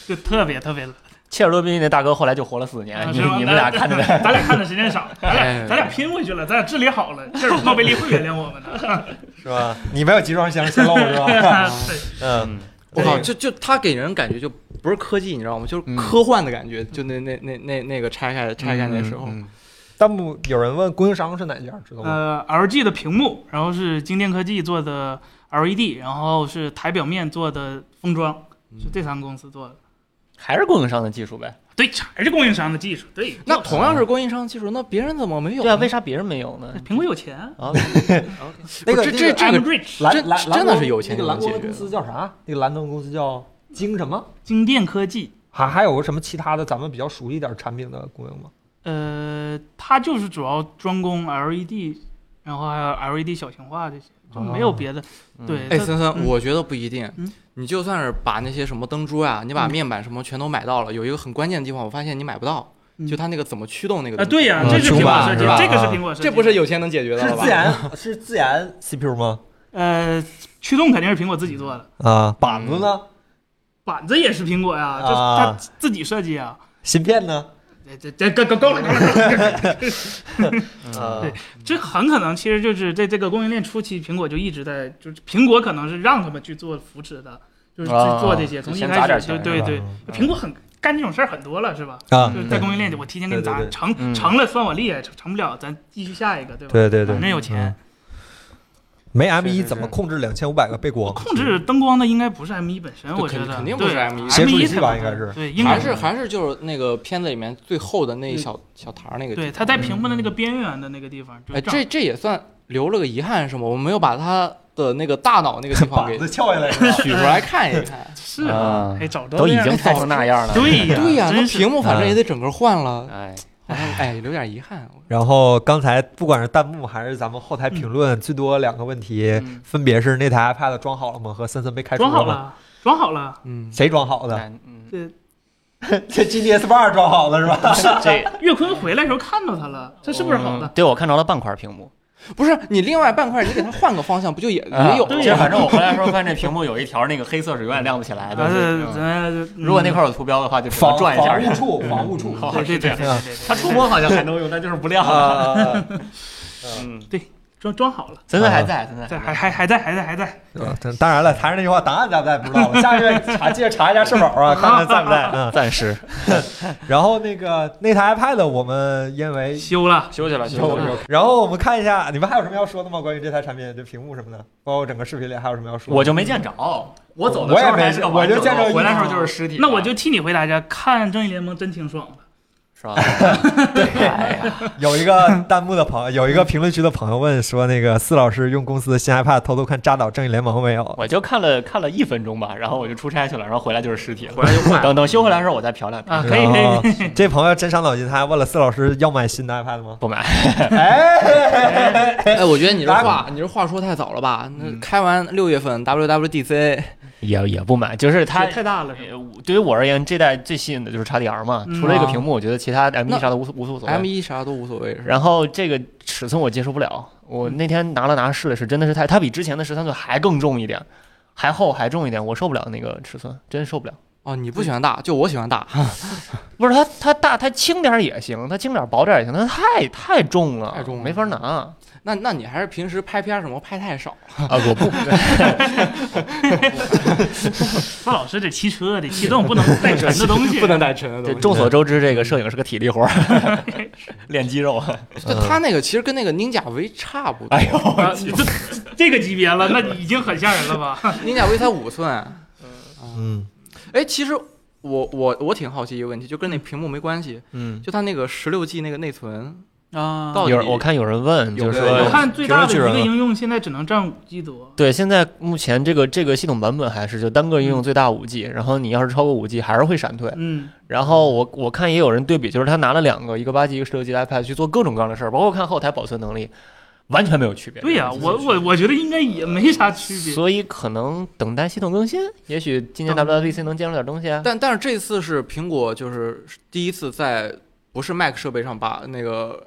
Speaker 3: 就特别特别，
Speaker 2: [LAUGHS] 切尔诺贝利那大哥后来就活了四年，
Speaker 3: 啊
Speaker 2: 你
Speaker 3: 是吗嗯
Speaker 2: 你们俩看着 [LAUGHS] 呗。
Speaker 3: 咱俩看的时间少，咱
Speaker 5: 哎
Speaker 3: 俩咱俩拼回去了，咱俩治理好了，切尔诺贝利会原谅我们的。
Speaker 1: 是吧？你没有集装箱，先漏是吧？
Speaker 5: 啊
Speaker 3: [LAUGHS] 对。
Speaker 1: [LAUGHS] 嗯，
Speaker 2: 嗯，
Speaker 5: 我靠，
Speaker 1: 对
Speaker 5: 就就它给人感觉就不是科技，你知道吗？
Speaker 2: 嗯
Speaker 5: 就是科幻的感觉，就那那那那那个拆开拆开那时候，
Speaker 2: 嗯
Speaker 1: 弹幕有人问供应商是哪家，知道吗？
Speaker 3: 呃，LG 的屏幕，然后是晶电科技做的 LED，然后是台表面做的封装，是这三个公司做的。
Speaker 2: 还是供应商的技术呗。
Speaker 3: 对，还是供应商的技术。对，
Speaker 5: 那同样是供应商技术，那别人怎么没有呢？
Speaker 2: 对啊，为啥别人没有
Speaker 3: [LAUGHS]
Speaker 2: 呢？
Speaker 3: 苹果有钱
Speaker 2: 啊，
Speaker 1: 那个
Speaker 5: 这
Speaker 1: 那个
Speaker 5: 这个
Speaker 3: I'm rich，
Speaker 1: 蓝
Speaker 5: 真
Speaker 1: 蓝蓝
Speaker 5: 真的
Speaker 1: 光
Speaker 5: 是有钱
Speaker 1: 那个蓝
Speaker 5: 人解
Speaker 1: 光
Speaker 5: 决
Speaker 1: 的
Speaker 5: 的
Speaker 1: 公司叫啥？那个蓝灯公司叫晶什么？
Speaker 3: 晶电科技。
Speaker 1: 还还有什么其他的咱们比较熟悉一点产品的供应吗？
Speaker 3: 呃，它就是主要专攻 LED，然后还有 LED 小型化这些，就没有别的。对，
Speaker 5: 哎，
Speaker 3: 它
Speaker 5: 森森，
Speaker 3: 嗯
Speaker 5: 我觉得不一定。
Speaker 3: 嗯
Speaker 5: 你就算是把那些什么灯珠啊，你把
Speaker 3: 嗯
Speaker 5: 面板什么全都买到了，有一个很关键的地方，我发现你买不到，
Speaker 3: 嗯
Speaker 5: 就它那个怎么驱动那个东
Speaker 3: 啊，
Speaker 5: 西。
Speaker 3: 对呀、
Speaker 1: 嗯
Speaker 3: 这是苹
Speaker 1: 平
Speaker 3: 果
Speaker 1: 板
Speaker 3: 设计
Speaker 1: 是吧，
Speaker 3: 这个是苹果设计，
Speaker 5: 这不啊是有钱能解决的了
Speaker 1: 是
Speaker 5: 吧？
Speaker 1: 自研是自研 CPU 吗？
Speaker 3: 呃，驱动肯定是苹果自己做的，
Speaker 1: 啊，板子
Speaker 5: 嗯
Speaker 1: 呢？
Speaker 3: 板子也是苹果呀，这是
Speaker 1: 啊
Speaker 3: 它自己设计啊。
Speaker 1: 芯片呢？
Speaker 3: 这这这够够够了，够了够了！ [LAUGHS]
Speaker 2: 嗯
Speaker 1: 啊，
Speaker 3: 对这很可能其实就是在这个供应链初期，苹果就一直在，就是苹果可能是让他们去做扶持的，就是去
Speaker 2: 啊
Speaker 3: 做这些，从一
Speaker 2: 先砸
Speaker 3: 开
Speaker 2: 点
Speaker 3: 始就
Speaker 2: 钱
Speaker 3: 对
Speaker 1: 是吧
Speaker 3: 对，苹果很干这种事儿很多了，是吧？
Speaker 1: 啊
Speaker 3: 就是在
Speaker 1: 对
Speaker 3: 供应链里，我提前给你砸
Speaker 1: 对对对
Speaker 3: 成
Speaker 2: 嗯
Speaker 3: 成了算我厉害，成成不了咱继续下一个，对吧？
Speaker 1: 对对对
Speaker 3: 反正有钱。
Speaker 1: 没
Speaker 5: 是
Speaker 1: M 一
Speaker 5: 是
Speaker 1: 怎么控制两千五百个背光？[LAUGHS]
Speaker 3: 控制灯光的应该不是 M 一本身，
Speaker 5: 对
Speaker 3: 我觉
Speaker 5: 肯
Speaker 3: 得
Speaker 5: 肯定不是
Speaker 3: 对
Speaker 5: M1
Speaker 1: 协
Speaker 3: M
Speaker 1: 助
Speaker 3: 一
Speaker 1: 机吧应该是
Speaker 3: 对，应该
Speaker 5: 还是还是就是那个片子里面最后的那一小小台儿那个地方。
Speaker 3: 对，它在屏幕的那个边缘的那个地方，就
Speaker 5: 哎，
Speaker 3: 正
Speaker 5: 这这也算留了个遗憾是吗？我没有把它的那个大脑那个地方
Speaker 1: [LAUGHS]
Speaker 5: 给
Speaker 1: 板子翘
Speaker 3: [LAUGHS]
Speaker 1: 下来是吧
Speaker 5: 取出来看一 [LAUGHS] 看。
Speaker 3: 是
Speaker 2: 啊
Speaker 3: 哎，早知道
Speaker 2: 都
Speaker 3: 这
Speaker 2: 已
Speaker 3: 样
Speaker 2: 经拍成那样了。
Speaker 3: 对呀，
Speaker 5: 哎对呀，嗯那
Speaker 3: 真是
Speaker 5: 屏幕反正也得整个换了，
Speaker 2: 哎，
Speaker 5: 好像哎留点遗憾。
Speaker 1: 然后刚才不管是弹幕还是咱们后台
Speaker 3: 嗯
Speaker 1: 评论，最多两个问题，分别是那台 iPad 装好了吗？和森森被开除
Speaker 3: 装好
Speaker 1: 吗？
Speaker 3: 了，装好了。
Speaker 5: 嗯，
Speaker 1: 谁装好的？
Speaker 2: 哎
Speaker 3: [LAUGHS]
Speaker 2: 嗯，
Speaker 3: 这
Speaker 1: 这 GDS 八装好了是 [LAUGHS] 吧？
Speaker 2: 这嗯
Speaker 3: 岳坤回来的时候看到他了，这是不是好的？
Speaker 2: 对我看着了半块屏幕。
Speaker 5: 不是你另外半块，你给它换个方向，不就也也有
Speaker 2: 啊
Speaker 5: 了
Speaker 2: 这
Speaker 5: 吗？
Speaker 2: 反正我回来的时候发现这屏幕有一条那个黑色是永远亮不起来的。
Speaker 3: 呃，
Speaker 2: 嗯
Speaker 3: 咱
Speaker 2: 如果那块有图标的话，就只能
Speaker 1: 防
Speaker 2: 转一下
Speaker 1: 防
Speaker 2: 就
Speaker 1: 误
Speaker 2: 行。
Speaker 1: 触，防误触。 [LAUGHS]
Speaker 2: 好嗯
Speaker 3: 对对对对对，
Speaker 2: 呃它触摸好像还能用，但就是不亮。
Speaker 1: 啊，
Speaker 2: 嗯，
Speaker 3: 对，装装好了，
Speaker 2: 真的还在，真的
Speaker 3: 在还还还在还在还在，
Speaker 1: 对吧？啊 [LAUGHS] 当当然了，还是那句话，答案在不在不知道了，下个月查记得查一下社保啊，看 [LAUGHS] 看在不在。嗯，
Speaker 2: 暂时
Speaker 1: 然后那个那台 iPad 我们因为
Speaker 3: 修了，
Speaker 5: 修去了，
Speaker 1: 修了 [LAUGHS] 然后我们看一下，你们还有什么要说的吗？关于这台产品，这屏幕什么的，包括整个视频里还有什么要说的？
Speaker 2: 我就没见着，我走的
Speaker 1: 我
Speaker 2: 时
Speaker 1: 也
Speaker 2: 候
Speaker 1: 没
Speaker 2: 还是个
Speaker 1: 我
Speaker 2: 完
Speaker 1: 就
Speaker 2: 整的
Speaker 1: 见着
Speaker 2: 回来
Speaker 1: 一
Speaker 2: 时候
Speaker 1: 张
Speaker 2: 就是尸体了，
Speaker 3: 那我就替你回答一下，看《正义联盟》真挺爽的，
Speaker 2: 是吧？
Speaker 1: [LAUGHS] 有一个弹幕的朋友，有一个评论区的朋友问说，那个四老师用公司的新 iPad 偷偷看《扎导正义联盟》没有？
Speaker 2: [LAUGHS] 我就看了看了一分钟吧，然后我就出差去了，然 [LAUGHS] 后回来就是尸体了。
Speaker 5: 回来就换。
Speaker 2: 等等修回来的时候我再瞟两
Speaker 3: 啊，
Speaker 2: 遍。
Speaker 3: 可以可以，
Speaker 1: 以。这朋友真伤脑筋，他还问了四老师要买新的 iPad 吗？
Speaker 2: 不买，
Speaker 1: 哎，
Speaker 5: [LAUGHS] 哎，我觉得你这
Speaker 1: 打
Speaker 5: 话，你这话说太早了吧？那开完六月份 WWDC，
Speaker 2: 也也不买，就是它
Speaker 3: 这太大了，是吧
Speaker 2: 呃我对于我而言，这代最吸引的就是 XDR 嘛，
Speaker 3: 嗯
Speaker 2: 除了这个屏幕，我觉得其他 M
Speaker 5: 那
Speaker 2: 1啥的无无所谓。
Speaker 5: M 一啥都无所谓，是吧？
Speaker 2: 然后这个尺寸我接受不了，我那天拿了拿试了试，真的是太，它比之前的十三寸还更重一点，还厚还重一点，我受不了那个尺寸，真受不了。
Speaker 5: 哦，你不喜欢大，就我喜欢大， [LAUGHS]
Speaker 2: 不是它它大它轻点儿也行，它轻点儿薄点儿也行，它太太重了，
Speaker 5: 太重了
Speaker 2: 没法拿啊！
Speaker 5: 那那你还是平时拍片儿什么拍太少了。
Speaker 2: 我 [LAUGHS] 不，
Speaker 3: 傅老师得骑车，得骑动，不能
Speaker 2: [LAUGHS]
Speaker 3: 带 [LAUGHS] 沉的东西，
Speaker 5: 不能带沉的
Speaker 2: 这
Speaker 5: 东西。
Speaker 2: 众所周知，这个摄影是个体力活儿，练肌肉。
Speaker 5: 就他那个其实跟那个 Ninja V 差不多 [LAUGHS]
Speaker 2: 嗯哎呦，
Speaker 3: 啊，你这这个级别了，那已经很吓人了吧？
Speaker 5: ，Ninja V 才五寸。啊
Speaker 1: 嗯
Speaker 5: 哎，其实我我我挺好奇一个问题，就跟那屏幕没关系，
Speaker 1: 嗯，
Speaker 5: 就它那个十六 G 那个内存，
Speaker 3: 啊
Speaker 5: 到底
Speaker 2: 有人我看有人问，就是
Speaker 1: 有人
Speaker 2: 说
Speaker 3: 我看最大的一
Speaker 1: 评论
Speaker 3: 个
Speaker 1: 区人
Speaker 3: 应用现在只能占五 G 多，
Speaker 2: 对，现在目前这个这个系统版本还是就单个应用最大五 G，然后你要是超过五 G 还是会闪退。
Speaker 3: 嗯，
Speaker 2: 然后我我看也有人对比，就是他拿了两个，一个八 G，一个十六 G 的 iPad 去做各种各样的事儿，包括看后台保存能力，完全没有区别。
Speaker 3: 对呀、我我我觉得应该也没啥区别。
Speaker 2: 所以可能等待系统更新，也许今年
Speaker 3: 等
Speaker 2: WWDC 能见出点东西啊。
Speaker 5: 但但是这次是苹果就是第一次在不是 Mac 设备上把那个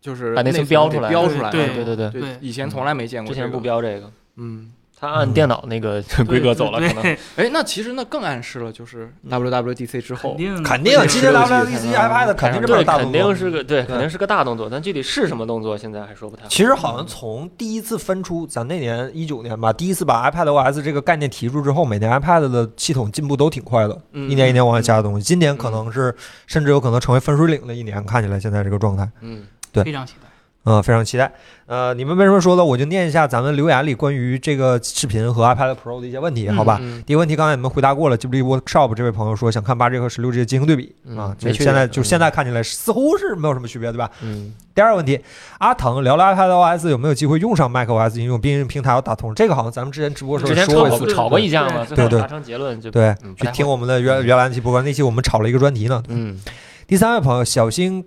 Speaker 5: 就是
Speaker 2: 把内存
Speaker 5: 存
Speaker 2: 标
Speaker 5: 给
Speaker 2: 出来
Speaker 5: 标出来了，
Speaker 3: 对
Speaker 2: 哎对对对，
Speaker 5: 对
Speaker 3: 对
Speaker 5: 以前从来没见过
Speaker 2: 之
Speaker 5: 这
Speaker 2: 前
Speaker 5: 个。
Speaker 2: 不标这个，
Speaker 5: 嗯，
Speaker 2: 他按电脑那个规格走了，
Speaker 3: 对
Speaker 2: 可能
Speaker 3: 对
Speaker 5: 哎，那其实那更暗示了，就是
Speaker 2: 嗯
Speaker 5: WWDC 之后
Speaker 3: 肯，定
Speaker 1: 肯定，今天
Speaker 5: 16
Speaker 1: WWDC iPad 肯定这么
Speaker 2: 对
Speaker 1: 大动
Speaker 2: 肯
Speaker 1: 作
Speaker 2: 定。是个对肯定是个大动作，但具体是什么动作现在还说不太好。
Speaker 1: 其实好像从第一次分出，咱那年一九年吧，第一次把 iPad OS 这个概念提出之后，每年 iPad 的系统进步都挺快的，
Speaker 5: 嗯
Speaker 1: 一年一年往外加的东西。今年可能是甚至有可能成为分水岭的一年，看起来现在这个状态。
Speaker 2: 嗯，
Speaker 1: 对
Speaker 3: 非常期待。
Speaker 1: 嗯，非常期待。呃，你们为什么说呢？我就念一下咱们留言里关于这个视频和 iPad Pro 的一些问题，
Speaker 3: 嗯
Speaker 1: 好吧？
Speaker 5: 嗯
Speaker 1: 第一个问题刚才你们回答过了，记不记 Workshop 这位朋友说想看八 G 和十六 G 的进行对比、
Speaker 2: 嗯
Speaker 1: 啊，
Speaker 2: 没
Speaker 1: 就
Speaker 2: 区别
Speaker 1: 现在就
Speaker 2: 嗯
Speaker 1: 现在看起来似乎是没有什么区别，对吧？
Speaker 2: 嗯，
Speaker 1: 第二个问题，阿腾聊聊 iPad OS 有没有机会用上 macOS 应用，毕竟平台要打通，这个好像咱们之前直播的时
Speaker 2: 之
Speaker 1: 候
Speaker 2: 前
Speaker 1: 说过一
Speaker 2: 吵过
Speaker 1: 次，
Speaker 3: 对
Speaker 2: 吵过一架嘛，
Speaker 3: 对
Speaker 2: 最后
Speaker 1: 对对
Speaker 2: 达成结论就
Speaker 1: 对，
Speaker 2: 嗯不
Speaker 1: 去
Speaker 2: 太
Speaker 1: 听
Speaker 2: 会
Speaker 1: 我们的原原来那期播客，那期我们炒了一个专题呢，
Speaker 2: 嗯。
Speaker 1: 第三位朋友小星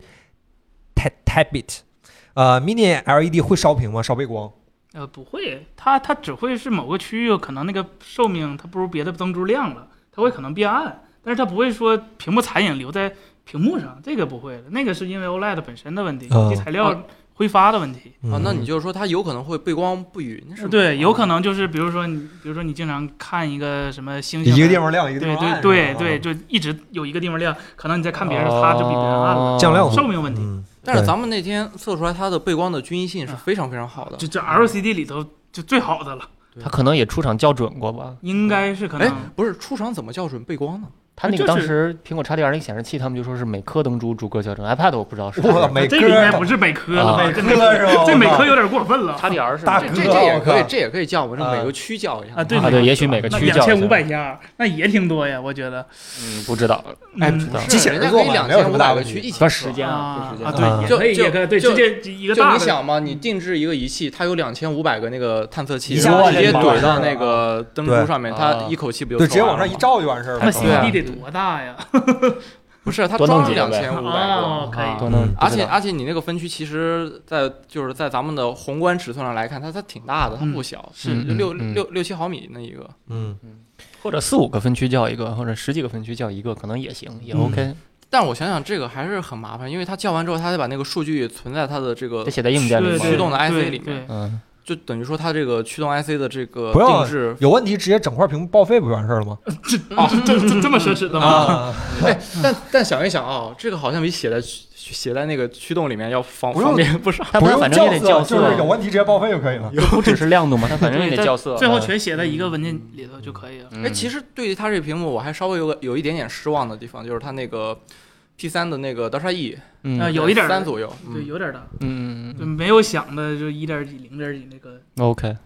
Speaker 1: t a b i t 呃，Mini LED 会烧屏吗？烧背光？
Speaker 3: 呃，不会，它它只会是某个区域，可能那个寿命它不如别的灯珠亮了，它会可能变暗，但是它不会说屏幕残影留在屏幕上，这个不会的。那个是因为 OLED 本身的问题，
Speaker 1: 嗯
Speaker 3: 以及材料挥发的问题。
Speaker 1: 嗯
Speaker 5: 啊，那你就是说它有可能会背光不匀，是吗啊
Speaker 3: 对，有可能就是比如说你，比如说你经常看一个什么星星，
Speaker 1: 一个地方亮，一个地
Speaker 3: 对
Speaker 1: 方暗
Speaker 3: 对
Speaker 1: 是吧，
Speaker 3: 对
Speaker 1: 啊
Speaker 3: 对，，就一直有一个地方亮，可能你在看别人，
Speaker 5: 哦
Speaker 3: 它就比别人暗了，
Speaker 1: 降
Speaker 2: 哦
Speaker 1: 亮
Speaker 3: 寿命问题。
Speaker 1: 嗯
Speaker 5: 但是
Speaker 1: 对
Speaker 5: 咱们那天测出来它的背光的均一性是非常非常好的
Speaker 3: 这。这 LCD 里头就最好的了，
Speaker 2: 他可能也出厂校准过吧？
Speaker 3: 应该是可
Speaker 5: 哎
Speaker 3: 能。，
Speaker 5: 不是出厂怎么校准背光呢？
Speaker 2: 他那个
Speaker 3: 哎就是
Speaker 2: 当时苹果 XDR 那个显示器，他们就说是每颗灯珠逐个校准，iPad 我不知道是啥。
Speaker 1: 哇，
Speaker 2: [LAUGHS]
Speaker 1: 每
Speaker 3: 这个应该不
Speaker 1: 个
Speaker 3: 是北科了吧？
Speaker 2: 啊
Speaker 3: 这
Speaker 1: 每科是吧
Speaker 3: 这每
Speaker 1: 我靠
Speaker 3: 科有点过分了。
Speaker 2: XDR 是
Speaker 1: 大
Speaker 2: 每
Speaker 1: 哥
Speaker 5: 这这也可
Speaker 1: 我
Speaker 5: 以
Speaker 1: 靠，
Speaker 5: 这也可以校，我这
Speaker 1: 啊
Speaker 5: 每个区校一下
Speaker 3: 啊对
Speaker 2: 啊对，也许每个
Speaker 3: 那
Speaker 2: 区
Speaker 3: 两
Speaker 2: 叫
Speaker 3: 千五百家，那也挺多呀，我觉得。
Speaker 2: 嗯，不知道，
Speaker 5: 哎，
Speaker 3: 嗯
Speaker 5: 不是
Speaker 1: 机器人
Speaker 5: 人家
Speaker 1: 做
Speaker 5: 可以
Speaker 1: 嘛
Speaker 5: 两
Speaker 1: 没有什
Speaker 5: 千
Speaker 1: 么
Speaker 5: 五
Speaker 1: 大
Speaker 5: 百
Speaker 1: 问
Speaker 5: 个
Speaker 1: 题
Speaker 5: 区一起
Speaker 2: 不
Speaker 5: 测
Speaker 2: 是时间
Speaker 3: 啊
Speaker 2: 不是时
Speaker 3: 啊，
Speaker 2: 间
Speaker 1: 啊
Speaker 3: 对，也
Speaker 5: 就
Speaker 3: 可以，
Speaker 5: 就
Speaker 3: 也可以，对，
Speaker 5: 就
Speaker 3: 直接一个
Speaker 5: 就
Speaker 3: 大
Speaker 5: 你
Speaker 3: 的。
Speaker 5: 想嘛，你定制一个仪器，它有两千五百个那个探测器，
Speaker 1: 一
Speaker 5: 直
Speaker 1: 下就
Speaker 5: 接
Speaker 1: 就
Speaker 5: 怼
Speaker 1: 完事儿
Speaker 5: 到
Speaker 1: 了
Speaker 5: 那个灯
Speaker 1: 对
Speaker 5: 珠上面，
Speaker 2: 啊
Speaker 5: 它一口气不就
Speaker 1: 对，
Speaker 5: 测
Speaker 1: 直接
Speaker 5: 完
Speaker 1: 往
Speaker 5: 了
Speaker 1: 上一
Speaker 5: 吗？
Speaker 1: 照就完事儿
Speaker 3: 他们
Speaker 1: 了。
Speaker 5: 对啊
Speaker 3: CCD 得多大呀？
Speaker 5: 不是，它
Speaker 2: 多弄
Speaker 5: 装
Speaker 2: 几个
Speaker 5: 两
Speaker 2: 呗啊
Speaker 5: 千五百个
Speaker 3: 哦，。可以。
Speaker 2: 多能
Speaker 1: 嗯
Speaker 5: 而且而且你那个分区其实在，就是在咱们的宏观尺寸上来看，它它挺大的，它不小，是
Speaker 2: 嗯嗯
Speaker 5: 六
Speaker 2: 嗯
Speaker 5: 六六七毫米那一个。
Speaker 1: 嗯，
Speaker 2: 或者四五个分区叫一个，或者十几个分区叫一个，可能也行，也
Speaker 1: 嗯
Speaker 2: OK。
Speaker 5: 但我想想，这个还是很麻烦，因为它校完之后，它得把那个数据存在它的这个
Speaker 2: 得写在硬件里
Speaker 3: 对
Speaker 2: 吗
Speaker 3: 对
Speaker 5: 驱动的
Speaker 3: 对
Speaker 5: IC 里面
Speaker 3: 对
Speaker 2: 嗯，
Speaker 5: 就等于说它这个驱动 IC 的这个
Speaker 1: 不要
Speaker 5: 定制
Speaker 1: 有问题直接整块屏幕报废不就完事儿了吗？
Speaker 5: 哦
Speaker 3: 这这这么奢侈的 [LAUGHS] 吗？
Speaker 1: 啊，
Speaker 5: 哎，
Speaker 3: 嗯
Speaker 5: 但但想一想啊，这个好像比写在写在那个驱动里面要方
Speaker 1: 不用
Speaker 5: 方便不少。
Speaker 2: 它不是反正也得校
Speaker 1: 就
Speaker 2: 色，啊
Speaker 1: 是有问题直接报废就可以了。
Speaker 2: 不只是亮度嘛，它 [LAUGHS] 反正也得校色。啊嗯
Speaker 3: 最后全写在一个文件里头就可以了。
Speaker 5: 哎，其实对于它这屏幕，我还稍微有个有一点点失望的地方，就是它那个 P 3的那个 Dasha E
Speaker 3: 啊，
Speaker 2: 嗯
Speaker 3: 有一点儿
Speaker 5: 三左右，
Speaker 3: 对，
Speaker 5: 嗯，
Speaker 3: 有点大，
Speaker 2: 嗯
Speaker 3: 就没有想的就一点几、零点几那个。
Speaker 2: ，OK，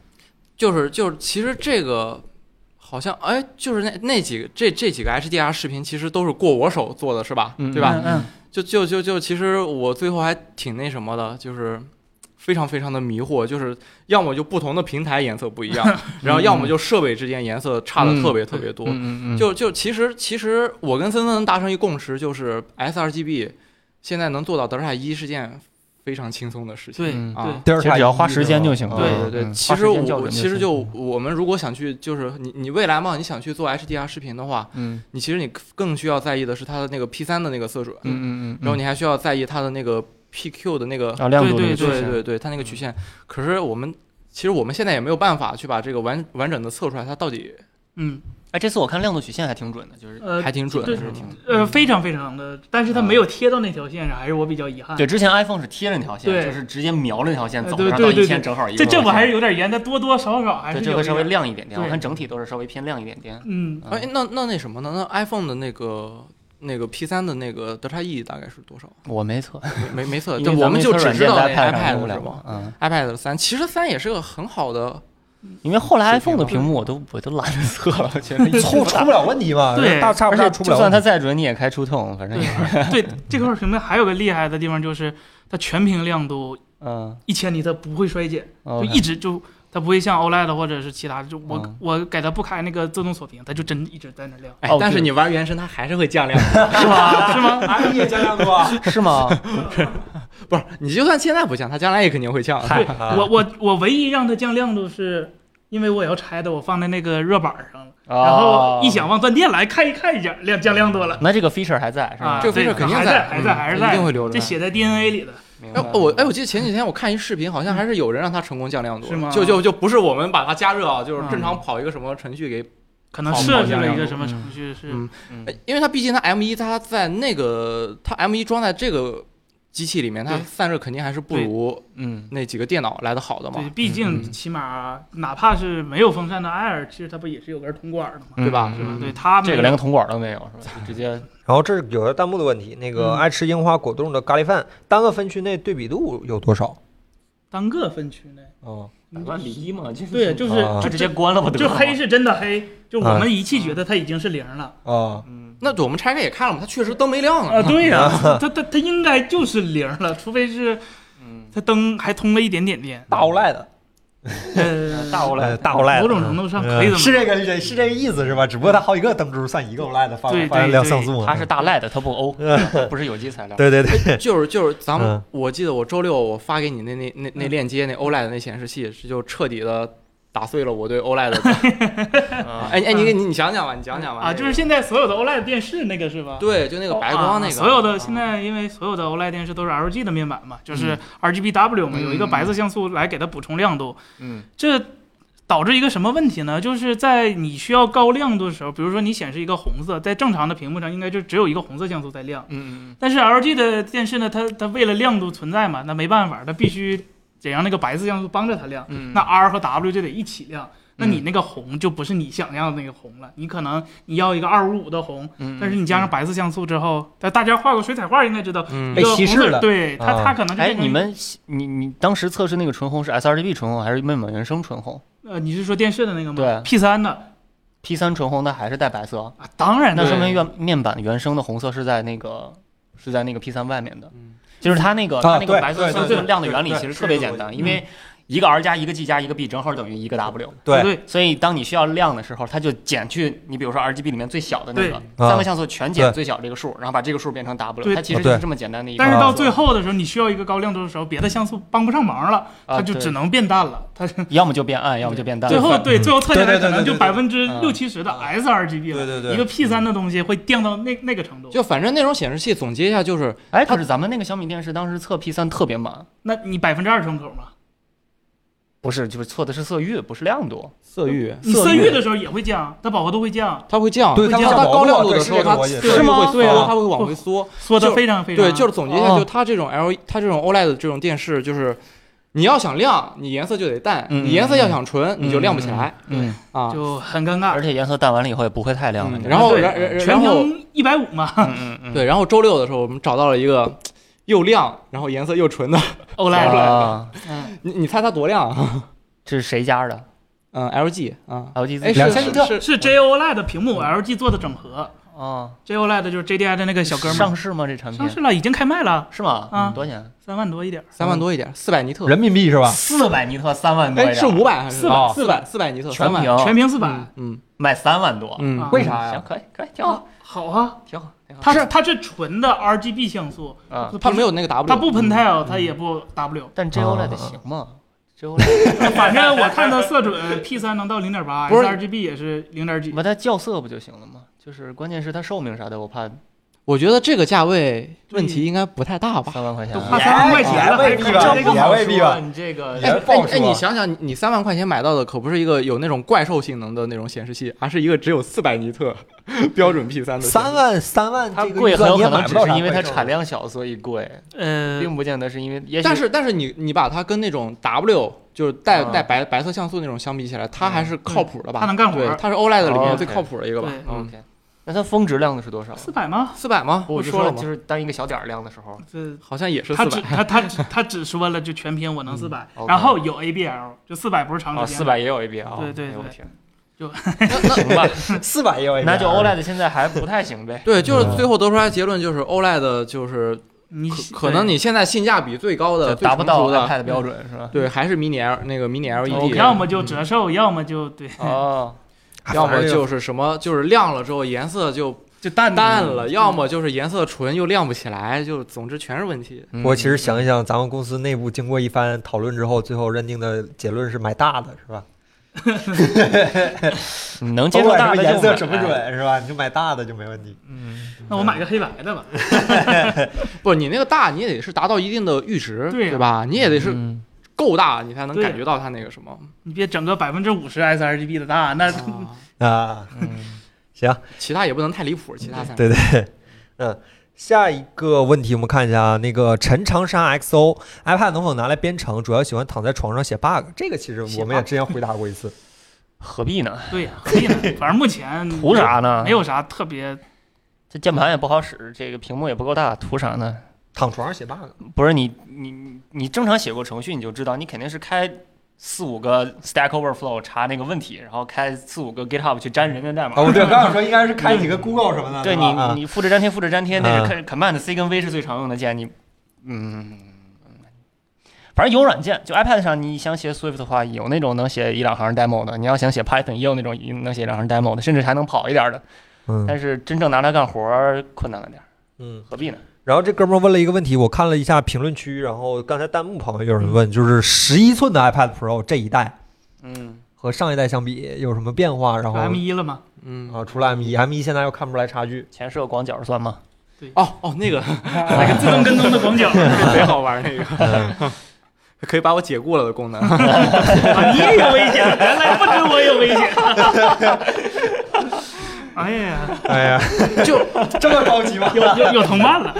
Speaker 5: 就是就是，其实这个好像哎，就是那那几个这这几个 HDR 视频其实都是过我手做的，是吧？
Speaker 2: 嗯
Speaker 5: 对吧？
Speaker 2: 嗯
Speaker 3: 嗯，
Speaker 5: 就就就就，其实我最后还挺那什么的，就是非常非常的迷惑，就是要么就不同的平台颜色不一
Speaker 2: [LAUGHS]
Speaker 5: 样，然后要么就设备之间颜色差的特别特别多。
Speaker 2: 嗯嗯，
Speaker 5: 就就其实其实我跟森森能达成一共识，就是 sRGB 现在能做到德尔塔一是件非常轻松的事情。
Speaker 3: 对
Speaker 2: 嗯
Speaker 3: 对
Speaker 5: 啊，
Speaker 1: 第二
Speaker 2: 其实只要花时间就行
Speaker 1: 了。
Speaker 2: 了。
Speaker 3: 对
Speaker 5: 对对，
Speaker 2: 嗯
Speaker 5: 其
Speaker 2: 花时
Speaker 5: 实
Speaker 2: 间校
Speaker 5: 我
Speaker 2: 准
Speaker 5: 其实就
Speaker 2: 行嗯
Speaker 5: 我们如果想去，就是你你未来嘛，你想去做 HDR 视频的话，
Speaker 2: 嗯
Speaker 5: 你其实你更需要在意的是它的那个 P 3的那个色准，
Speaker 2: 嗯嗯嗯，
Speaker 5: 然后你还需要在意它的那个 PQ 的那个，
Speaker 2: 啊亮度
Speaker 3: 对
Speaker 2: 那
Speaker 5: 对
Speaker 2: 个曲
Speaker 5: 对
Speaker 2: 线嗯
Speaker 5: 对对，它那个曲线。可是我们其实我们现在也没有办法去把这个完完整的测出来，它到底
Speaker 3: 嗯，
Speaker 2: 哎，这次我看亮度曲线还挺准的，就是
Speaker 3: 呃
Speaker 5: 还挺准的，
Speaker 3: 对
Speaker 5: 还是挺
Speaker 3: 呃，非常非常的，但是它没有贴到那条线上，还是我比较遗憾。
Speaker 2: 对，之前 iPhone 是贴着那条线，
Speaker 3: 啊对
Speaker 2: 就是直接瞄着那条线走，
Speaker 3: 呃对
Speaker 2: 然后到
Speaker 3: 对对
Speaker 2: 一千
Speaker 3: 对
Speaker 2: 正好一个
Speaker 3: 这
Speaker 2: 条线。
Speaker 3: 这我还是有点严，但多多少少还
Speaker 2: 对
Speaker 3: 是
Speaker 2: 这
Speaker 3: 有
Speaker 2: 回
Speaker 3: 一
Speaker 2: 稍微
Speaker 3: 点。
Speaker 2: 亮一点点，我
Speaker 3: 对
Speaker 2: 看整体都是稍微偏亮一点点。
Speaker 3: 嗯，
Speaker 2: 嗯
Speaker 5: 哎，那那那什么呢？那 iPhone 的那个那个 P 3的那个德差 E 大概是多少？
Speaker 2: 我没测，
Speaker 5: 没没没测，
Speaker 2: 因
Speaker 5: 就
Speaker 2: 为
Speaker 5: 我
Speaker 2: 咱
Speaker 5: 们
Speaker 2: 们
Speaker 5: 就
Speaker 2: 测
Speaker 5: 只
Speaker 2: 软
Speaker 5: 知
Speaker 2: 件
Speaker 5: 道
Speaker 2: 在
Speaker 5: 那
Speaker 2: 哎 iPad 上
Speaker 5: iPad
Speaker 2: 用不
Speaker 5: 的
Speaker 2: 了
Speaker 5: 是
Speaker 2: 嘛
Speaker 5: 吧。
Speaker 2: 嗯，
Speaker 5: ？iPad 三其实三也是个很好的，
Speaker 2: 因为后
Speaker 5: 水平
Speaker 2: 来 iPhone 的
Speaker 5: 吧
Speaker 2: 屏幕我都我都懒得测了， [LAUGHS] 我觉
Speaker 1: [LAUGHS]
Speaker 2: 得一
Speaker 1: 出出不了问题嘛，
Speaker 3: 对
Speaker 1: 大差不
Speaker 2: 而
Speaker 1: 差
Speaker 2: 且
Speaker 1: 出不
Speaker 2: 就
Speaker 1: 了问
Speaker 2: 算它
Speaker 1: 题。
Speaker 2: 再准，你也开出痛，反正也
Speaker 3: 对这块屏幕还有个厉害的地方就是它全屏亮度
Speaker 2: 嗯，
Speaker 3: 一千尼，它不会衰减，就
Speaker 2: OK
Speaker 3: 一直就它不会像 OLED 或者是其他，就我
Speaker 2: 嗯
Speaker 3: 我给它不开那个自动锁屏，它就真一直在
Speaker 2: [LAUGHS]
Speaker 3: 那亮，
Speaker 5: 哎
Speaker 2: 哦，
Speaker 5: 但是
Speaker 2: 对
Speaker 5: 你玩原神它还是会降亮。 [LAUGHS]
Speaker 3: 是吗？是吗？
Speaker 1: 哎，你也降亮度啊？
Speaker 2: 是吗？
Speaker 5: 不是，你就算现在不降，它将来也肯定会降。
Speaker 3: 对我我我唯一让它降亮度是。因为我也要拆的，我放在那个热板上了， [LAUGHS] 然后一
Speaker 2: 想，
Speaker 3: 想往断电来看一看一下，亮降亮度了
Speaker 2: 那这个 feature 还在是吧
Speaker 3: 啊！？
Speaker 5: 这个 feature
Speaker 3: 对
Speaker 5: 肯定
Speaker 3: 还
Speaker 5: 在
Speaker 3: 还
Speaker 5: 嗯
Speaker 3: 在，还是
Speaker 5: 一
Speaker 3: 在，
Speaker 5: 定会留着的
Speaker 3: 这写在 DNA 里的。
Speaker 2: 明白
Speaker 5: 哎，我哎，我记得前几天我看一视频，好像还是有人让它成功降亮度，
Speaker 3: 是吗嗯
Speaker 5: 就就就不是我们把它加热啊，就是正常跑一个什么程序给，
Speaker 3: 可能
Speaker 5: 好
Speaker 3: 设置
Speaker 5: 好
Speaker 3: 了
Speaker 5: 像
Speaker 3: 一个
Speaker 5: 有
Speaker 3: 什么程序是，
Speaker 5: 嗯
Speaker 2: 嗯
Speaker 5: 哎因为它毕竟它 M 1它在那个它 M 1装在这个机器里面，它
Speaker 3: 对
Speaker 5: 散热肯定还是不如
Speaker 2: 嗯
Speaker 5: 那几个电脑来的好的
Speaker 3: 对，
Speaker 5: 嘛，
Speaker 3: 毕竟
Speaker 5: 嗯
Speaker 3: 起码哪怕是没有风扇的 Air，其实它不也是有根铜管的吗？
Speaker 5: 对吧
Speaker 3: 是吧？
Speaker 2: 嗯
Speaker 3: 对，它没
Speaker 2: 这
Speaker 3: 有
Speaker 2: 个连个铜管都没有，是吧？就直接
Speaker 1: [LAUGHS] 然后这有个弹幕的问题，那个
Speaker 3: 嗯
Speaker 1: 爱吃樱花果冻的咖喱饭，单个分区内对比度有多少？
Speaker 3: 单个分区内，
Speaker 1: 哦，
Speaker 2: [LAUGHS] 百万比一嘛，就是
Speaker 3: 对，就是
Speaker 1: 啊
Speaker 2: 就
Speaker 3: 就
Speaker 2: 直接关了吧，
Speaker 3: 就黑
Speaker 2: 是
Speaker 3: 是真的黑，就
Speaker 1: 啊
Speaker 3: 我们仪器觉得它已经是零了
Speaker 1: 啊，
Speaker 2: 嗯
Speaker 5: 那我们拆开也看了嘛，它确实灯没亮
Speaker 3: 啊，
Speaker 5: 呢。
Speaker 3: 对呀，它它它应该就是零了，除非是
Speaker 2: 嗯，
Speaker 3: 它灯还通了一点点电，
Speaker 5: [LAUGHS]
Speaker 1: 大 OLED，
Speaker 3: 呃，
Speaker 2: 大 OLED
Speaker 1: 呃大 OLED，
Speaker 3: 某种程度上可以这么说
Speaker 1: 嗯是这个是是这个意思是吧？只不过它好几个灯珠算一个 OLED 发
Speaker 3: 对
Speaker 1: 发
Speaker 3: 对
Speaker 1: 亮
Speaker 3: 对
Speaker 1: 像素嘛，
Speaker 2: 它是大 LED，它不 O，
Speaker 1: [LAUGHS] 嗯
Speaker 2: 不是有机材料。
Speaker 1: 对对对，
Speaker 5: 就是就是，咱们
Speaker 1: 嗯
Speaker 5: 我记得我周六我发给你那那那
Speaker 3: 嗯
Speaker 5: 那链接，那 OLED 的那显示器是就彻底的打碎了我对 OLED
Speaker 3: [LAUGHS]
Speaker 5: 的。
Speaker 2: 啊，
Speaker 5: 哎哎，你给你你讲讲吧，你讲讲吧。
Speaker 3: 啊，
Speaker 5: 这
Speaker 3: 就
Speaker 5: 个
Speaker 3: 是现在所有的 OLED 电视那个是吧？
Speaker 5: 对，就那个白光那个。
Speaker 3: 啊所有的
Speaker 5: 啊
Speaker 3: 现在，因为所有的 OLED 电视都是 LG 的面板嘛，就是 RGBW 嘛，
Speaker 5: 嗯
Speaker 3: 有一个白色像素来给它补充亮度，
Speaker 2: 嗯
Speaker 3: 这导致一个什么问题呢？就是在你需要高亮度的时候，比如说你显示一个红色，在正常的屏幕上应该就只有一个红色像素在亮，
Speaker 2: 嗯
Speaker 3: 但是 LG 的电视呢，它它为了亮度存在嘛，那没办法，它必须得让那个白色像素帮着它亮，
Speaker 2: 嗯
Speaker 3: 那 R 和 W 就得一起亮。那你那个红就不是你想要的那个红了，你可能你要一个二五五的红，
Speaker 2: 嗯
Speaker 3: 但是你加上白色像素之后，但大家画过水彩画应该知道，
Speaker 5: 嗯
Speaker 3: 一个
Speaker 1: 被稀释
Speaker 3: 红色
Speaker 1: 了
Speaker 3: 对它，
Speaker 1: 啊
Speaker 3: 它可能就
Speaker 2: 哎，
Speaker 3: 变成
Speaker 2: 你们你你当时测试那个纯红是 sRGB 纯红还是面板原生纯红
Speaker 3: 呃，你是说电视的那个吗？
Speaker 2: 对
Speaker 3: ，P 3的
Speaker 2: ？P 3纯红它还是带白色，
Speaker 3: 啊，当然
Speaker 2: 那
Speaker 3: 的
Speaker 2: 说明原面板原生的红色是在那个是在那个 P 3外面的，就是它那个它
Speaker 1: 啊
Speaker 2: 那个白色
Speaker 1: 对对
Speaker 2: 像素
Speaker 1: 对
Speaker 2: 亮的原理
Speaker 1: 对对
Speaker 2: 其实
Speaker 1: 对嗯
Speaker 2: 特别简单，因为一个 R 加一个 G 加一个 B 正好等于一个 W。
Speaker 1: 对，
Speaker 3: 对
Speaker 2: 所以当你需要亮的时候，它就减去你比如说 RGB 里面最小的那个
Speaker 3: 对
Speaker 2: 三个像素全
Speaker 1: 啊对
Speaker 2: 减最小这个数，然后把这个数变成 W，
Speaker 3: 对
Speaker 2: 它其实
Speaker 1: 啊
Speaker 2: 就是
Speaker 1: 对
Speaker 2: 这么简单的一个。
Speaker 3: 但是
Speaker 1: 啊
Speaker 3: 到最后的时候，你需要一个高亮度的时候，别的像素帮不上忙了，
Speaker 2: 啊
Speaker 3: 它就
Speaker 2: 对
Speaker 3: 只能变淡了。它
Speaker 2: 要么就变暗，要么就变淡。
Speaker 3: 最后对
Speaker 1: 嗯
Speaker 3: 最后测下来
Speaker 1: 对对对
Speaker 3: 可能就
Speaker 1: 对
Speaker 3: 百
Speaker 1: 对
Speaker 3: 分之
Speaker 2: 嗯
Speaker 3: 六七十的 sRGB 了，
Speaker 1: 对对对
Speaker 3: 一个 P 3的东西会降到那那个程度。
Speaker 5: 就反正那种显示器，总结一下就是
Speaker 2: 哎，可是咱们那个小米电视当时测 P 3特别满，
Speaker 3: 那你百分之二窗口嘛？
Speaker 2: 不是，就是测的是色域，不是亮度。
Speaker 5: 色域，
Speaker 3: 你嗯色域的时候也会降，它饱和度会降，
Speaker 5: 它会降，
Speaker 1: 对
Speaker 5: 它
Speaker 1: 它
Speaker 5: 它
Speaker 1: 降
Speaker 5: 高亮度
Speaker 1: 对
Speaker 5: 的
Speaker 1: 是
Speaker 5: 时候，
Speaker 1: 这个
Speaker 5: 它
Speaker 1: 逻辑
Speaker 5: 色
Speaker 1: 是
Speaker 5: 域
Speaker 3: 吗
Speaker 5: 会缩
Speaker 3: 对啊，
Speaker 5: 它会往回缩。
Speaker 3: 缩的
Speaker 5: 就
Speaker 3: 非常非常
Speaker 5: 对，就是总结一下，
Speaker 2: 哦
Speaker 5: 就它这种 L，它 E，这种 OLED 的这种电视，就是你要想亮，你颜色就得淡；
Speaker 2: 嗯
Speaker 5: 你颜色要想纯，你就亮不起来
Speaker 2: 嗯，
Speaker 5: 啊。
Speaker 3: 就很尴尬啊
Speaker 2: 而。且颜色淡完了以后也不会太亮了
Speaker 5: 嗯。
Speaker 2: 这
Speaker 5: 然后，
Speaker 3: 对
Speaker 5: 然然
Speaker 3: 全
Speaker 5: 然后，
Speaker 3: 屏一百五
Speaker 2: [LAUGHS]
Speaker 3: 嘛
Speaker 2: 嗯嗯嗯，
Speaker 5: 对，然后周六的时候，我们找到了一个又亮，然后颜色又纯的。
Speaker 3: ，OLED，
Speaker 2: 啊，
Speaker 3: E 嗯，
Speaker 5: 你你猜它多亮啊？ [LAUGHS]
Speaker 2: 这是谁家的
Speaker 5: 嗯，LG 啊，
Speaker 2: ？LG
Speaker 5: 哎，是
Speaker 2: 自己的
Speaker 1: 两千尼特
Speaker 5: 是
Speaker 3: 是 JOLED E 屏幕 LG 做的整合
Speaker 2: 啊，
Speaker 3: ，JOLED E 就是 JDI 的那个小哥们
Speaker 2: 上
Speaker 3: 儿
Speaker 2: 市吗？这产品
Speaker 3: 上市了，已经开卖了，
Speaker 2: 是吗？嗯
Speaker 3: 啊
Speaker 2: 多少钱？
Speaker 3: 三万多一点儿，
Speaker 5: 三万多一点，四百尼特。
Speaker 1: 人民币是吧？
Speaker 2: 四百尼特，三万多一
Speaker 5: 哎，
Speaker 2: 点，
Speaker 5: 是五百还是
Speaker 3: 四百
Speaker 1: 哦
Speaker 5: 四百四百尼特？
Speaker 2: 全哦
Speaker 5: 300。
Speaker 2: 屏，
Speaker 3: 全屏四百
Speaker 5: 嗯，嗯
Speaker 2: 卖三万多。
Speaker 5: 嗯，
Speaker 1: 为啥
Speaker 2: 行，
Speaker 1: 呀？
Speaker 2: 可以，可以，挺
Speaker 5: 哦
Speaker 2: 好，
Speaker 3: 好啊，
Speaker 2: 挺好，挺好。
Speaker 3: 它是它是纯的 RGB 像素，
Speaker 2: 啊，
Speaker 5: 它没有那个 W，嗯
Speaker 3: 它不 Pentel，它也不 W，
Speaker 2: 但 JOLED 行吗？JOLED
Speaker 3: 反正我看它色
Speaker 5: [LAUGHS]
Speaker 3: 准 P 三能到零点八
Speaker 5: 不是哎
Speaker 3: ，sRGB 也是零点几，
Speaker 2: 把它校色不就行了吗？就是关键是它寿命啥的，我怕
Speaker 5: 我觉得这个价位问题应该不太大吧？
Speaker 2: 三万块钱啊
Speaker 3: 都花三万块钱了，
Speaker 1: 也未必吧
Speaker 3: 这个
Speaker 1: 也未必吧
Speaker 2: 你这个
Speaker 1: 哎不好说
Speaker 5: 哎，你想想，你你三万块钱买到的可不是一个有那种怪兽性能的那种显示器，而是一个只有四百尼特 [LAUGHS] 标准 P 三的。
Speaker 1: 三，万三万
Speaker 2: 它
Speaker 1: 这个
Speaker 2: 贵
Speaker 1: 预
Speaker 2: 很
Speaker 1: 算
Speaker 2: 有
Speaker 1: 你也
Speaker 2: 可
Speaker 1: 买
Speaker 2: 能
Speaker 1: 不
Speaker 2: 只
Speaker 1: 到啥贵，
Speaker 2: 是因为它产量小所以贵，
Speaker 3: 呃，
Speaker 2: 并不见得是因为，也许
Speaker 5: 但是但是你你把它跟那种 W 就是带
Speaker 2: 啊
Speaker 5: 带白白色像素那种相比起来，它还是靠谱的吧？
Speaker 3: 嗯它能干活
Speaker 5: 对，它是 OLED 里
Speaker 2: 哦
Speaker 5: 面
Speaker 2: ，OK
Speaker 5: 最靠谱的一个吧
Speaker 3: 对？
Speaker 5: 嗯，
Speaker 2: OK，那它峰值亮度是多少？
Speaker 3: 四百吗？
Speaker 5: 四百吗？
Speaker 2: 不
Speaker 5: 我
Speaker 2: 就
Speaker 5: 说了
Speaker 2: 说了，
Speaker 5: 吗
Speaker 2: 就？是当一个小点儿亮的时候，
Speaker 3: 这
Speaker 5: 好像也是
Speaker 3: 他
Speaker 5: 四 [LAUGHS]
Speaker 3: 只
Speaker 5: 百。。
Speaker 3: 他他只他只说了就全屏我能四百、
Speaker 2: OK
Speaker 3: 然后有 ABL，就四百不是长
Speaker 2: 哦，
Speaker 3: 时间，
Speaker 2: 四百也有 ABL，
Speaker 3: 对对
Speaker 2: 哎呦我
Speaker 3: 对
Speaker 2: 天，
Speaker 1: 行吧， [LAUGHS] 四百也有一
Speaker 2: 那就
Speaker 1: 边
Speaker 2: OLED 现在还不太行呗
Speaker 5: [LAUGHS] 对，就是
Speaker 1: 嗯
Speaker 5: 最后得出来结论就是 OLED 就是
Speaker 3: 你
Speaker 5: 可可能你现在性价比最高的、
Speaker 2: 就
Speaker 5: 最
Speaker 2: 达不
Speaker 5: 成
Speaker 2: 到
Speaker 5: 熟的
Speaker 2: iPad 标准
Speaker 5: [LAUGHS]
Speaker 2: 是吧？
Speaker 5: 对，还是 mini L E 那个 mini
Speaker 3: 对
Speaker 5: LED，
Speaker 3: 要么就折寿，要么就对，
Speaker 2: 哦，
Speaker 5: 要么就是什么，就是亮了之后颜色 [LAUGHS] 就
Speaker 3: 就淡
Speaker 5: 淡
Speaker 3: 嗯
Speaker 5: 了，要么就是颜色纯又亮不起来，就总之全是问题。
Speaker 1: 我其实想一想，咱们公司内部经过一番讨论之后，最后认定的结论是买大的，是吧？
Speaker 2: 你能接
Speaker 1: 甭管什
Speaker 2: 受大
Speaker 1: 么
Speaker 2: 的
Speaker 1: 颜
Speaker 2: 就
Speaker 1: 色
Speaker 2: 买哎
Speaker 1: 准不准，是吧？你就买大的就没问题。
Speaker 3: 那我买个黑白
Speaker 5: [LAUGHS]
Speaker 3: 的吧，
Speaker 5: 不，你那个大，你也得是达到一定的阈值，
Speaker 3: 对呀
Speaker 5: 对吧？你也得是
Speaker 2: 嗯
Speaker 5: 够大，你才能
Speaker 3: 对呀
Speaker 5: 感觉到它那个什么。
Speaker 3: 你别整个百分之五十 sRGB 的大，那、
Speaker 5: 啊
Speaker 1: 啊，
Speaker 2: 嗯
Speaker 1: 行，
Speaker 5: 其他也不能太离谱，其他三
Speaker 1: 对对，嗯。下一个问题，我们看一下啊，那个陈长沙 XO iPad 能否拿来编程？主要喜欢躺在床上写 bug，这个其实我们也之前回答过一次。
Speaker 2: [LAUGHS] 何必呢？
Speaker 3: 对呀、何必 [LAUGHS] 呢？反正目前
Speaker 2: 图啥呢？
Speaker 3: 没有啥特别，
Speaker 2: 这键盘也不好使，这个屏幕也不够大，图啥呢？
Speaker 1: 躺床上写
Speaker 2: [LAUGHS]
Speaker 1: bug，
Speaker 2: 不是你你你正常写过程序你就知道，你肯定是开四五个 Stack Overflow 查那个问题，然后开四五个 GitHub 去粘人家代码。
Speaker 1: 哦，我对，刚想说应该是开几个 Google 什么的，
Speaker 2: 嗯对
Speaker 1: 吧
Speaker 2: 你
Speaker 1: 啊
Speaker 2: 你复制粘贴复制粘贴，那是
Speaker 1: 嗯
Speaker 2: c Command C 跟 V 是最常用的键，你嗯。反正有软件，就 iPad 上你想写 Swift 的话，有那种能写一两行 demo 的；你要想写 Python，也有那种能写一两行 demo 的，甚至还能跑一点的。
Speaker 1: 嗯
Speaker 2: 但是真正拿它干活儿困难了点儿，
Speaker 1: 嗯，
Speaker 2: 何必呢？
Speaker 1: 然后这哥们儿问了一个问题，我看了一下评论区，然后刚才弹幕旁边有人问，就是十一寸的 iPad Pro 这一代
Speaker 2: 嗯，
Speaker 1: 和上一代相比有什么变化？然后
Speaker 3: M 一了 [LAUGHS] 嘛，
Speaker 5: 嗯，
Speaker 1: 啊，除了 M 一，M 一现在又看不出来差
Speaker 2: [LAUGHS]
Speaker 1: 距。
Speaker 2: 前摄广角算吗？
Speaker 5: 哦哦，那个
Speaker 3: 那个自动 [LAUGHS] 跟踪的 [LAUGHS] 广角，
Speaker 5: 贼好玩， [LAUGHS] 那个 [LAUGHS] 可以把我解雇了的功能。 [LAUGHS]
Speaker 3: 啊你也有危 [LAUGHS] 险，原来不止我有危 [LAUGHS] 险。哎呀，
Speaker 1: 哎呀，
Speaker 5: 就
Speaker 1: 这么高级吗？
Speaker 3: 有有有同伴了，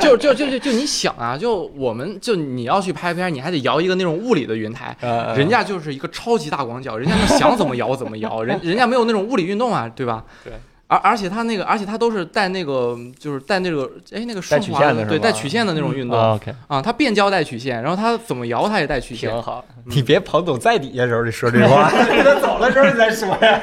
Speaker 5: 就就就就就你想啊，就我们就你要去拍片儿，你还得摇一个那种物理的云台，
Speaker 1: 呃
Speaker 5: 人家就是一个超级大广角，人家是想怎么摇怎么 [LAUGHS] 摇，人人家没有那种物理运动啊，对吧？
Speaker 2: 对。
Speaker 5: 而而且他那个，而且他都是带那个，就是带那个，哎，那个顺
Speaker 2: 带曲
Speaker 5: 滑
Speaker 2: 线的是
Speaker 5: 对，
Speaker 2: 吧嗯
Speaker 5: 带曲线的那种运
Speaker 3: 嗯
Speaker 5: 动、
Speaker 2: OK，
Speaker 5: 啊，它变焦带曲线，然后它怎么摇它也带曲线
Speaker 2: 挺，好。
Speaker 1: 你别彭总在底下时候你说这 [LAUGHS] 话，他走的时候你再说呀。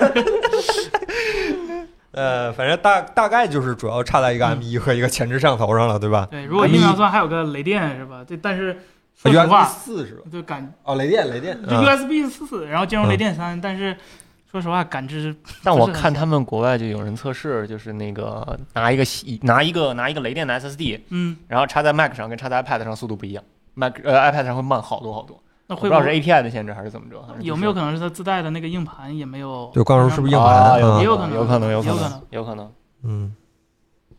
Speaker 1: [LAUGHS] 呃，反正大大概就是主要差在一个 M 一和一个前置摄像头上了，对吧？
Speaker 3: 对，如果
Speaker 1: 嗯
Speaker 3: 硬要算，还有个雷电是吧？对，但是说实
Speaker 1: USB
Speaker 3: 话，
Speaker 1: 四是吧？
Speaker 3: 就感
Speaker 1: 哦，雷电雷电，
Speaker 3: 就
Speaker 1: 嗯
Speaker 3: USB 四，然后兼容雷电三，但是说实话，感知
Speaker 2: 但
Speaker 3: 不
Speaker 2: 我
Speaker 3: 是很
Speaker 2: 看
Speaker 3: 强
Speaker 2: 他们国外就有人测试，就是那个拿一个吸拿一个拿一个雷电的 SSD，
Speaker 3: 嗯，
Speaker 2: 然后插在 Mac 上跟插在 iPad 上速度不一样，Mac 呃 iPad 上会慢好多好多。
Speaker 3: 那
Speaker 2: 我不
Speaker 3: 会
Speaker 2: 知道是 API 的限制还是怎么着，还是
Speaker 3: 有没有可能是它自带的那个硬盘也没有？
Speaker 1: 对我刚才说是不是硬盘
Speaker 2: 啊
Speaker 1: 嗯
Speaker 3: 也有可
Speaker 2: 可
Speaker 3: 能
Speaker 2: 有能，有
Speaker 3: 有可
Speaker 2: 能
Speaker 3: 能，
Speaker 2: 有可能。
Speaker 1: 嗯，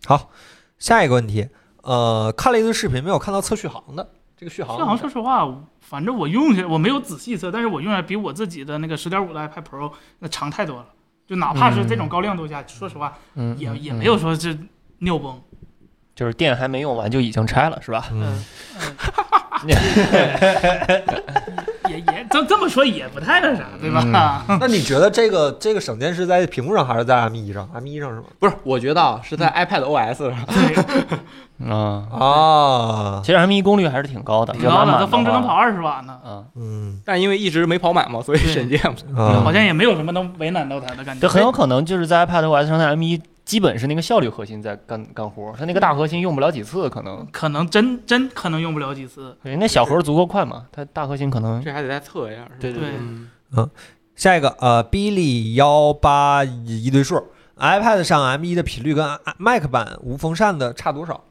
Speaker 1: 好，下一个问题，呃，看了一堆视频，没有看到测续航的，这个续航
Speaker 3: 续航说实话，反正我用下来我没有仔细测，但是我用下来比我自己的那个十点五的 iPad Pro 那长太多了。就哪怕是这种高亮度下，说实话
Speaker 2: 嗯，
Speaker 3: 也也
Speaker 2: 嗯
Speaker 3: 没有，说是尿崩。
Speaker 2: 就是电还没用完就已经拆了，是吧？
Speaker 1: 嗯，
Speaker 3: 也也这这么说也不太那啥，对吧？
Speaker 2: 嗯
Speaker 1: 那你觉得这个这个省电是在屏幕上还是在 M 一上？M 一上是吗？
Speaker 5: 不是，我觉得啊，是在 iPad OS 上，
Speaker 3: 对，
Speaker 2: 嗯，
Speaker 1: 啊，
Speaker 2: 其实 M1 功率还是挺高的，
Speaker 3: 挺高
Speaker 2: 的，
Speaker 3: 的，它峰值能跑。二十瓦呢，
Speaker 2: 嗯，
Speaker 1: 嗯
Speaker 5: [LAUGHS] 但因为一直没跑满嘛，所以
Speaker 3: 对
Speaker 5: 省电嘛。
Speaker 1: 啊
Speaker 3: 好像也没有什么能为难到它的感觉。哎
Speaker 2: 这很有可能就是在 iPadOS 上的 M1 基本是那个效率核心在干干活，它那个大核心用不了几次，可能
Speaker 3: 可能真真可能用不了几次。
Speaker 2: 对那小核足够快嘛，它大核心可能
Speaker 5: 这还得再测一下。是吧
Speaker 2: 对对
Speaker 3: 对
Speaker 5: 嗯
Speaker 1: 下一个呃，Billy 幺八一堆数，iPad 上 M 一的频率跟啊 Mac 版无风扇的差多少？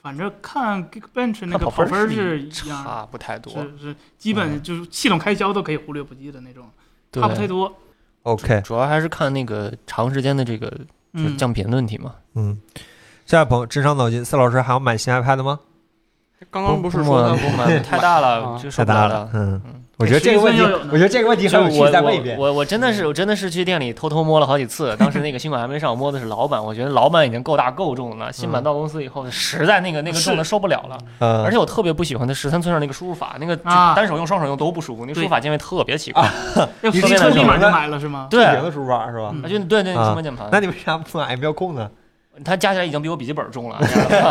Speaker 3: 反正看 Geekbench 那
Speaker 2: 它
Speaker 3: 个
Speaker 2: 跑
Speaker 3: 跑
Speaker 2: 分
Speaker 3: 分
Speaker 2: 儿
Speaker 3: 是一样的，
Speaker 2: 差不太多。嗯
Speaker 3: 是是基本就是系统开销都可以忽略不计的那种，
Speaker 2: 对
Speaker 3: 差不太多。
Speaker 1: OK，
Speaker 2: 主要还是看那个长时间的这个就是
Speaker 3: 嗯，
Speaker 2: 降频的问题嘛。
Speaker 1: 嗯，下一位朋友智商脑筋，四老师还要买新 iPad 吗？
Speaker 5: 刚刚嗯不是
Speaker 2: 不
Speaker 5: 说他
Speaker 2: 买
Speaker 5: [LAUGHS]
Speaker 2: 不买太大了，
Speaker 5: 啊
Speaker 2: 就受
Speaker 1: 太
Speaker 2: 不
Speaker 1: 大
Speaker 2: 了
Speaker 1: 了，。嗯
Speaker 2: 嗯，
Speaker 1: 我觉得这个问题
Speaker 3: 十一寸要有，呢
Speaker 1: 我觉得这个问题
Speaker 2: 就
Speaker 1: 很有
Speaker 2: 我
Speaker 1: 趣，再问一
Speaker 2: 我
Speaker 1: 遍。
Speaker 2: 我我真的是我真的是去店里偷偷摸了好几次，当时那个新款还没上，我摸的是老版，我觉得老版已经够大够重了，新版到公司以后实在那个那个重的受不了了，
Speaker 1: 嗯
Speaker 2: 而且我特别不喜欢它十三寸上那个输入法，那个就
Speaker 3: 啊
Speaker 2: 单手用双手用都不舒服，那个输入法键位特别奇怪，
Speaker 1: 啊
Speaker 3: 要
Speaker 1: 你
Speaker 3: 付
Speaker 2: 是
Speaker 3: 费
Speaker 2: 那
Speaker 3: 立马
Speaker 1: 种
Speaker 3: 就买了是吗？
Speaker 2: 对，
Speaker 1: 的书包是吧？
Speaker 3: 嗯
Speaker 2: 啊就对对
Speaker 1: 啊
Speaker 2: 那什么键盘
Speaker 1: 那，你为啥不买妙控呢？
Speaker 2: 它加起来已经比我笔记本重
Speaker 1: [LAUGHS]
Speaker 2: 了，你知道吗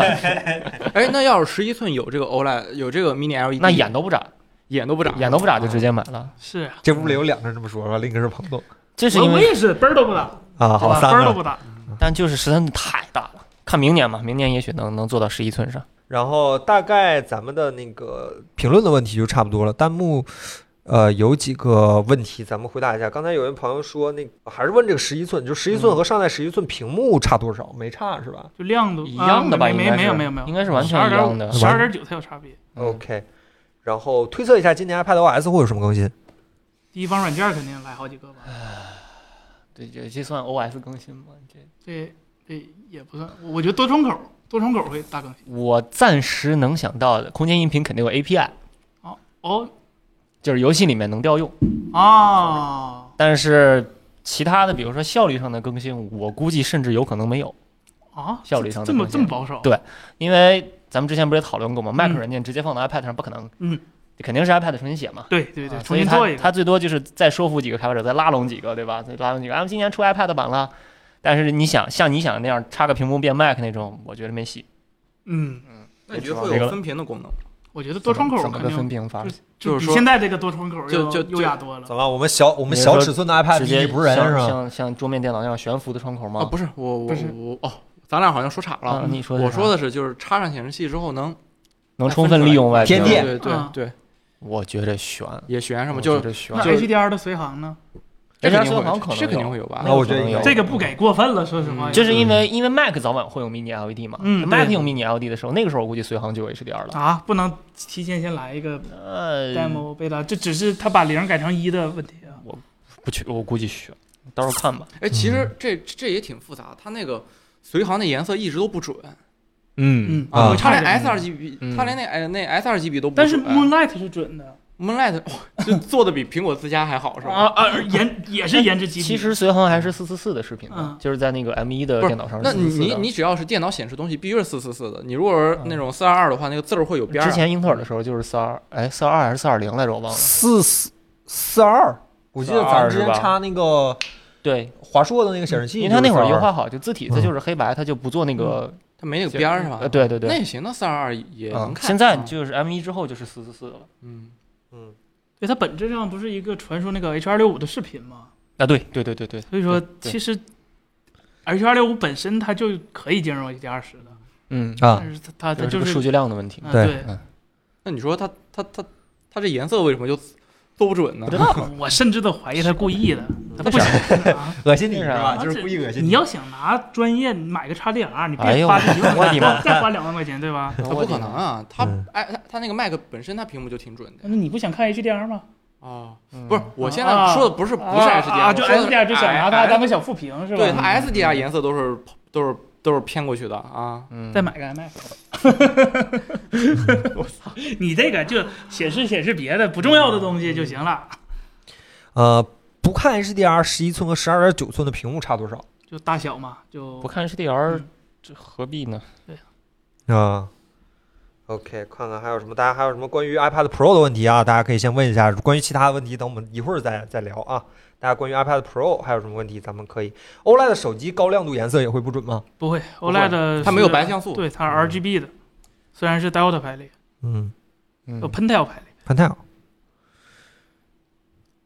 Speaker 5: 哎，那要是十一寸有这个 OLED，有这个 Mini LED，
Speaker 2: 那眼都不眨，
Speaker 5: 眼都不眨，
Speaker 2: 眼都不眨就直接买了，
Speaker 3: 是啊，
Speaker 1: 这屋里有两个人这么说吧，另一个是彭总
Speaker 2: 这是
Speaker 3: 我
Speaker 2: 因
Speaker 3: 我
Speaker 2: 为
Speaker 3: 也是分儿都不打，
Speaker 1: 啊，
Speaker 3: 对
Speaker 1: 好
Speaker 3: 吧？
Speaker 1: 三
Speaker 3: 分儿
Speaker 1: 个
Speaker 3: 都
Speaker 1: 了。
Speaker 3: 不打。
Speaker 2: 但就是十三寸太大了，看明年吧，明年也许能能做到十一寸上。
Speaker 1: 然后大概咱们的那个评论的问题就差不多了，弹幕。呃，有几个问题咱们回答一下。刚才有位朋友说，那个还是问这个十一寸，就十一寸和上代十一寸屏幕差多少？没差是吧
Speaker 3: 就亮度
Speaker 2: 一样的吧，
Speaker 3: 啊没
Speaker 2: 应该是
Speaker 3: 没没有没有没有
Speaker 2: 应，该是完
Speaker 3: 十
Speaker 2: 全
Speaker 3: 二
Speaker 2: 一样
Speaker 3: 点
Speaker 2: 的。
Speaker 3: 十二点九才有差别。
Speaker 2: 嗯
Speaker 1: ？OK。然后推测一下今年 iPadOS 会有什么更新？
Speaker 3: 第一方软件肯定来好几个吧？
Speaker 2: 对，这这算 OS 更新吗？这
Speaker 3: 这这也不算，我我觉得多重口多重口会大更新。
Speaker 2: 我暂时能想到的，空间音频肯定有 API，
Speaker 3: 哦
Speaker 2: 就是游戏里面能调用，
Speaker 3: 啊
Speaker 2: 但是其他的，比如说效率上的更新，我估计甚至有可能没有，
Speaker 3: 啊，
Speaker 2: 效率上的
Speaker 3: 这么
Speaker 2: 更新
Speaker 3: 这么保守？
Speaker 2: 对因为咱们之前不是也讨论过吗？Mac
Speaker 3: 嗯
Speaker 2: 软件直接放到 iPad 上不可能，
Speaker 3: 嗯，
Speaker 2: 肯定是 iPad 重新写嘛。
Speaker 3: 对嗯对对
Speaker 2: 啊，
Speaker 3: 重
Speaker 2: 所以
Speaker 3: 新
Speaker 2: 它
Speaker 3: 做一个。
Speaker 2: 它最多就是再说服几个开发者，再拉拢几个，对吧？再拉拢几个，啊，今年出 iPad 版了，但是你想像你想的那样插个屏幕变 Mac 那种，我觉得没戏。
Speaker 3: 嗯，
Speaker 5: 那你觉得会有分屏的功能？
Speaker 3: 我觉得多重口
Speaker 2: 怎么
Speaker 3: 肯
Speaker 2: 个分
Speaker 3: 定
Speaker 2: 屏法？
Speaker 5: 就是
Speaker 3: 比
Speaker 5: 说
Speaker 3: 现在这个多重口
Speaker 5: 就
Speaker 3: 要
Speaker 5: 就就
Speaker 3: 优雅多了
Speaker 1: 怎。么了？我们小我们
Speaker 2: 你是
Speaker 1: 小
Speaker 2: 说
Speaker 1: 尺寸的 iPad
Speaker 2: 直
Speaker 1: 比
Speaker 2: 接
Speaker 1: 你不是人
Speaker 2: 像
Speaker 1: 是吧？哦
Speaker 2: 像像桌面电脑那样悬浮的窗口
Speaker 5: 啊，
Speaker 2: 吗？
Speaker 5: 不是，我我
Speaker 3: 不是
Speaker 5: 我哦，咱俩好像说岔了。
Speaker 2: 啊你说的
Speaker 5: 我
Speaker 2: 是
Speaker 5: 说
Speaker 2: 啥
Speaker 5: 的是，就是插上显示器之后能
Speaker 2: 能充分利用外屏
Speaker 1: 天电
Speaker 5: 对对
Speaker 3: 啊
Speaker 5: 对，
Speaker 2: 我觉得悬，
Speaker 5: 也悬什么，
Speaker 2: 我
Speaker 5: 就
Speaker 2: 觉得悬
Speaker 3: 那。
Speaker 5: 就是
Speaker 3: HDR 的随行呢？
Speaker 5: 这肯
Speaker 2: HR
Speaker 5: 定会有
Speaker 2: 存行可能
Speaker 5: 这肯定
Speaker 2: 有
Speaker 5: 会有吧
Speaker 1: 那？我觉得
Speaker 2: 可能
Speaker 1: 应
Speaker 2: 有
Speaker 1: 该
Speaker 3: 这个不给过分了，说实话
Speaker 5: 嗯。
Speaker 2: 就是因为因为 Mac 早晚会有 Mini LED 嘛，
Speaker 3: 嗯对
Speaker 2: Mac 用 Mini LED 的时候，那个时候我估计随行就有 HDR 了。
Speaker 3: 啊，不能提前先来一个
Speaker 2: 呃，
Speaker 3: demo 贝塔，这只是他把零改成一的问题啊。
Speaker 2: 不去，我估计悬，到时候看吧。
Speaker 5: 哎，其实这这也挺复杂，它那个随行的颜色一直都不准
Speaker 2: 嗯，
Speaker 3: 嗯
Speaker 1: 啊
Speaker 5: 它
Speaker 3: 会差
Speaker 5: 连
Speaker 3: 点
Speaker 5: S 二 G B，
Speaker 2: 嗯
Speaker 5: 它连那哎那 S 二 G B 都不
Speaker 3: 但
Speaker 5: 准。
Speaker 3: 是 Moonlight 是准的
Speaker 5: Moonlight 哇就做的比苹果自家还好是
Speaker 3: 啊
Speaker 5: 吧？
Speaker 3: 啊，颜也是颜值极
Speaker 2: 其
Speaker 3: 低。
Speaker 2: 实随行还是四四四的视频的
Speaker 3: 嗯，
Speaker 2: 就是在那个 M 1的
Speaker 5: 不是
Speaker 2: 电脑上
Speaker 5: 那
Speaker 2: 是
Speaker 5: 你
Speaker 2: 444
Speaker 5: 你
Speaker 2: 的。
Speaker 5: 你只要是电脑显示东西，必须是四四四的。你如果
Speaker 2: 嗯
Speaker 5: 是那种四二二的话，那个字儿会有边儿
Speaker 2: 之
Speaker 5: 啊。
Speaker 2: 前英特尔的时候就是四二，哎，四二二还是四二零来着，
Speaker 1: 嗯
Speaker 2: 我忘了。
Speaker 1: 四四四二，我记得咱们之前插那个
Speaker 2: 对，
Speaker 1: 华硕的那个显示器，
Speaker 2: 嗯因为它那会儿优
Speaker 1: 话
Speaker 2: 化好，就字体它就是黑白，它就不做那个
Speaker 5: 它没有边儿是吧？
Speaker 2: 呃，对对对
Speaker 5: 嗯那，也行，那四二二也
Speaker 2: 啊
Speaker 5: 能，看。
Speaker 2: 现在就是 M 一之后就是四四四了。
Speaker 5: 嗯，
Speaker 1: 嗯，
Speaker 3: 对，它本质上不是一个传输那个 H 二六五的视频吗？
Speaker 2: 啊，对对对对对，
Speaker 3: 所以说
Speaker 2: 对，对
Speaker 3: 其实 H 二六五本身它就可以兼容 HDR 十的，
Speaker 2: 嗯，
Speaker 1: 啊，
Speaker 3: 但是它它它
Speaker 2: 就是
Speaker 3: 就
Speaker 2: 这个数
Speaker 3: 是
Speaker 2: 据量的问题。
Speaker 3: 嗯
Speaker 1: 对
Speaker 3: 对，
Speaker 5: 那你说它它它它这颜色为什么就做不准呢
Speaker 2: 不？知道，
Speaker 3: 我甚至都怀疑他故意的，他不
Speaker 2: 为啥
Speaker 3: 想啊。
Speaker 1: 恶心你
Speaker 2: 那
Speaker 1: 是
Speaker 2: 啥
Speaker 1: 吧？
Speaker 3: 啊
Speaker 1: 就是故意恶心
Speaker 3: 你要想拿专业买个啊 XDR，你
Speaker 2: 哎
Speaker 3: 别
Speaker 2: 呦
Speaker 3: 花这
Speaker 5: [LAUGHS]
Speaker 3: 一万
Speaker 2: 我的
Speaker 3: [LAUGHS] 块，
Speaker 2: 妈
Speaker 3: 再花两万块钱，对吧？
Speaker 5: 它不可能啊！它
Speaker 1: 嗯
Speaker 5: 哎，它它那个 Mac 本身它屏幕就挺准的
Speaker 3: 那你不想看 HDR 吗？
Speaker 5: 哦，
Speaker 2: 嗯
Speaker 5: 不是，我现在
Speaker 3: 啊
Speaker 5: 说的不是不是
Speaker 3: 啊
Speaker 5: HDR，
Speaker 3: 啊，就
Speaker 5: 我说的是哎
Speaker 3: HDR 就想拿它
Speaker 5: I-
Speaker 3: 当个小副屏是吧？嗯
Speaker 5: 对它 SDR 颜色都是都是都是偏过去的啊。
Speaker 2: 嗯
Speaker 3: 再买个 iMac，
Speaker 5: [LAUGHS]
Speaker 3: 你这个就显示显示别的不重要的东西就行
Speaker 5: 嗯
Speaker 3: 了，
Speaker 1: 呃，不看 HDR 十一寸和十二点九寸的屏幕差多少
Speaker 3: 就大小嘛，就
Speaker 2: 不看 HDR，
Speaker 3: 嗯
Speaker 2: 这何必呢？
Speaker 1: 啊、o k 看看还有什么，大家还有什么关于 iPad Pro 的问题啊？大家可以先问一下。关于其他问题，等我们一会儿再再聊啊。大家关于 iPad Pro 还有什么问题，咱们可以。OLED 的手机高亮度颜色也会不准吗？
Speaker 3: 不会
Speaker 5: 会
Speaker 3: OLED，
Speaker 5: 它没有白像素，嗯
Speaker 3: 对，它是 RGB 的，虽然是 Delta 排列，
Speaker 1: 嗯
Speaker 2: 嗯
Speaker 3: 有 Pentel 排列，
Speaker 1: ，Pentel。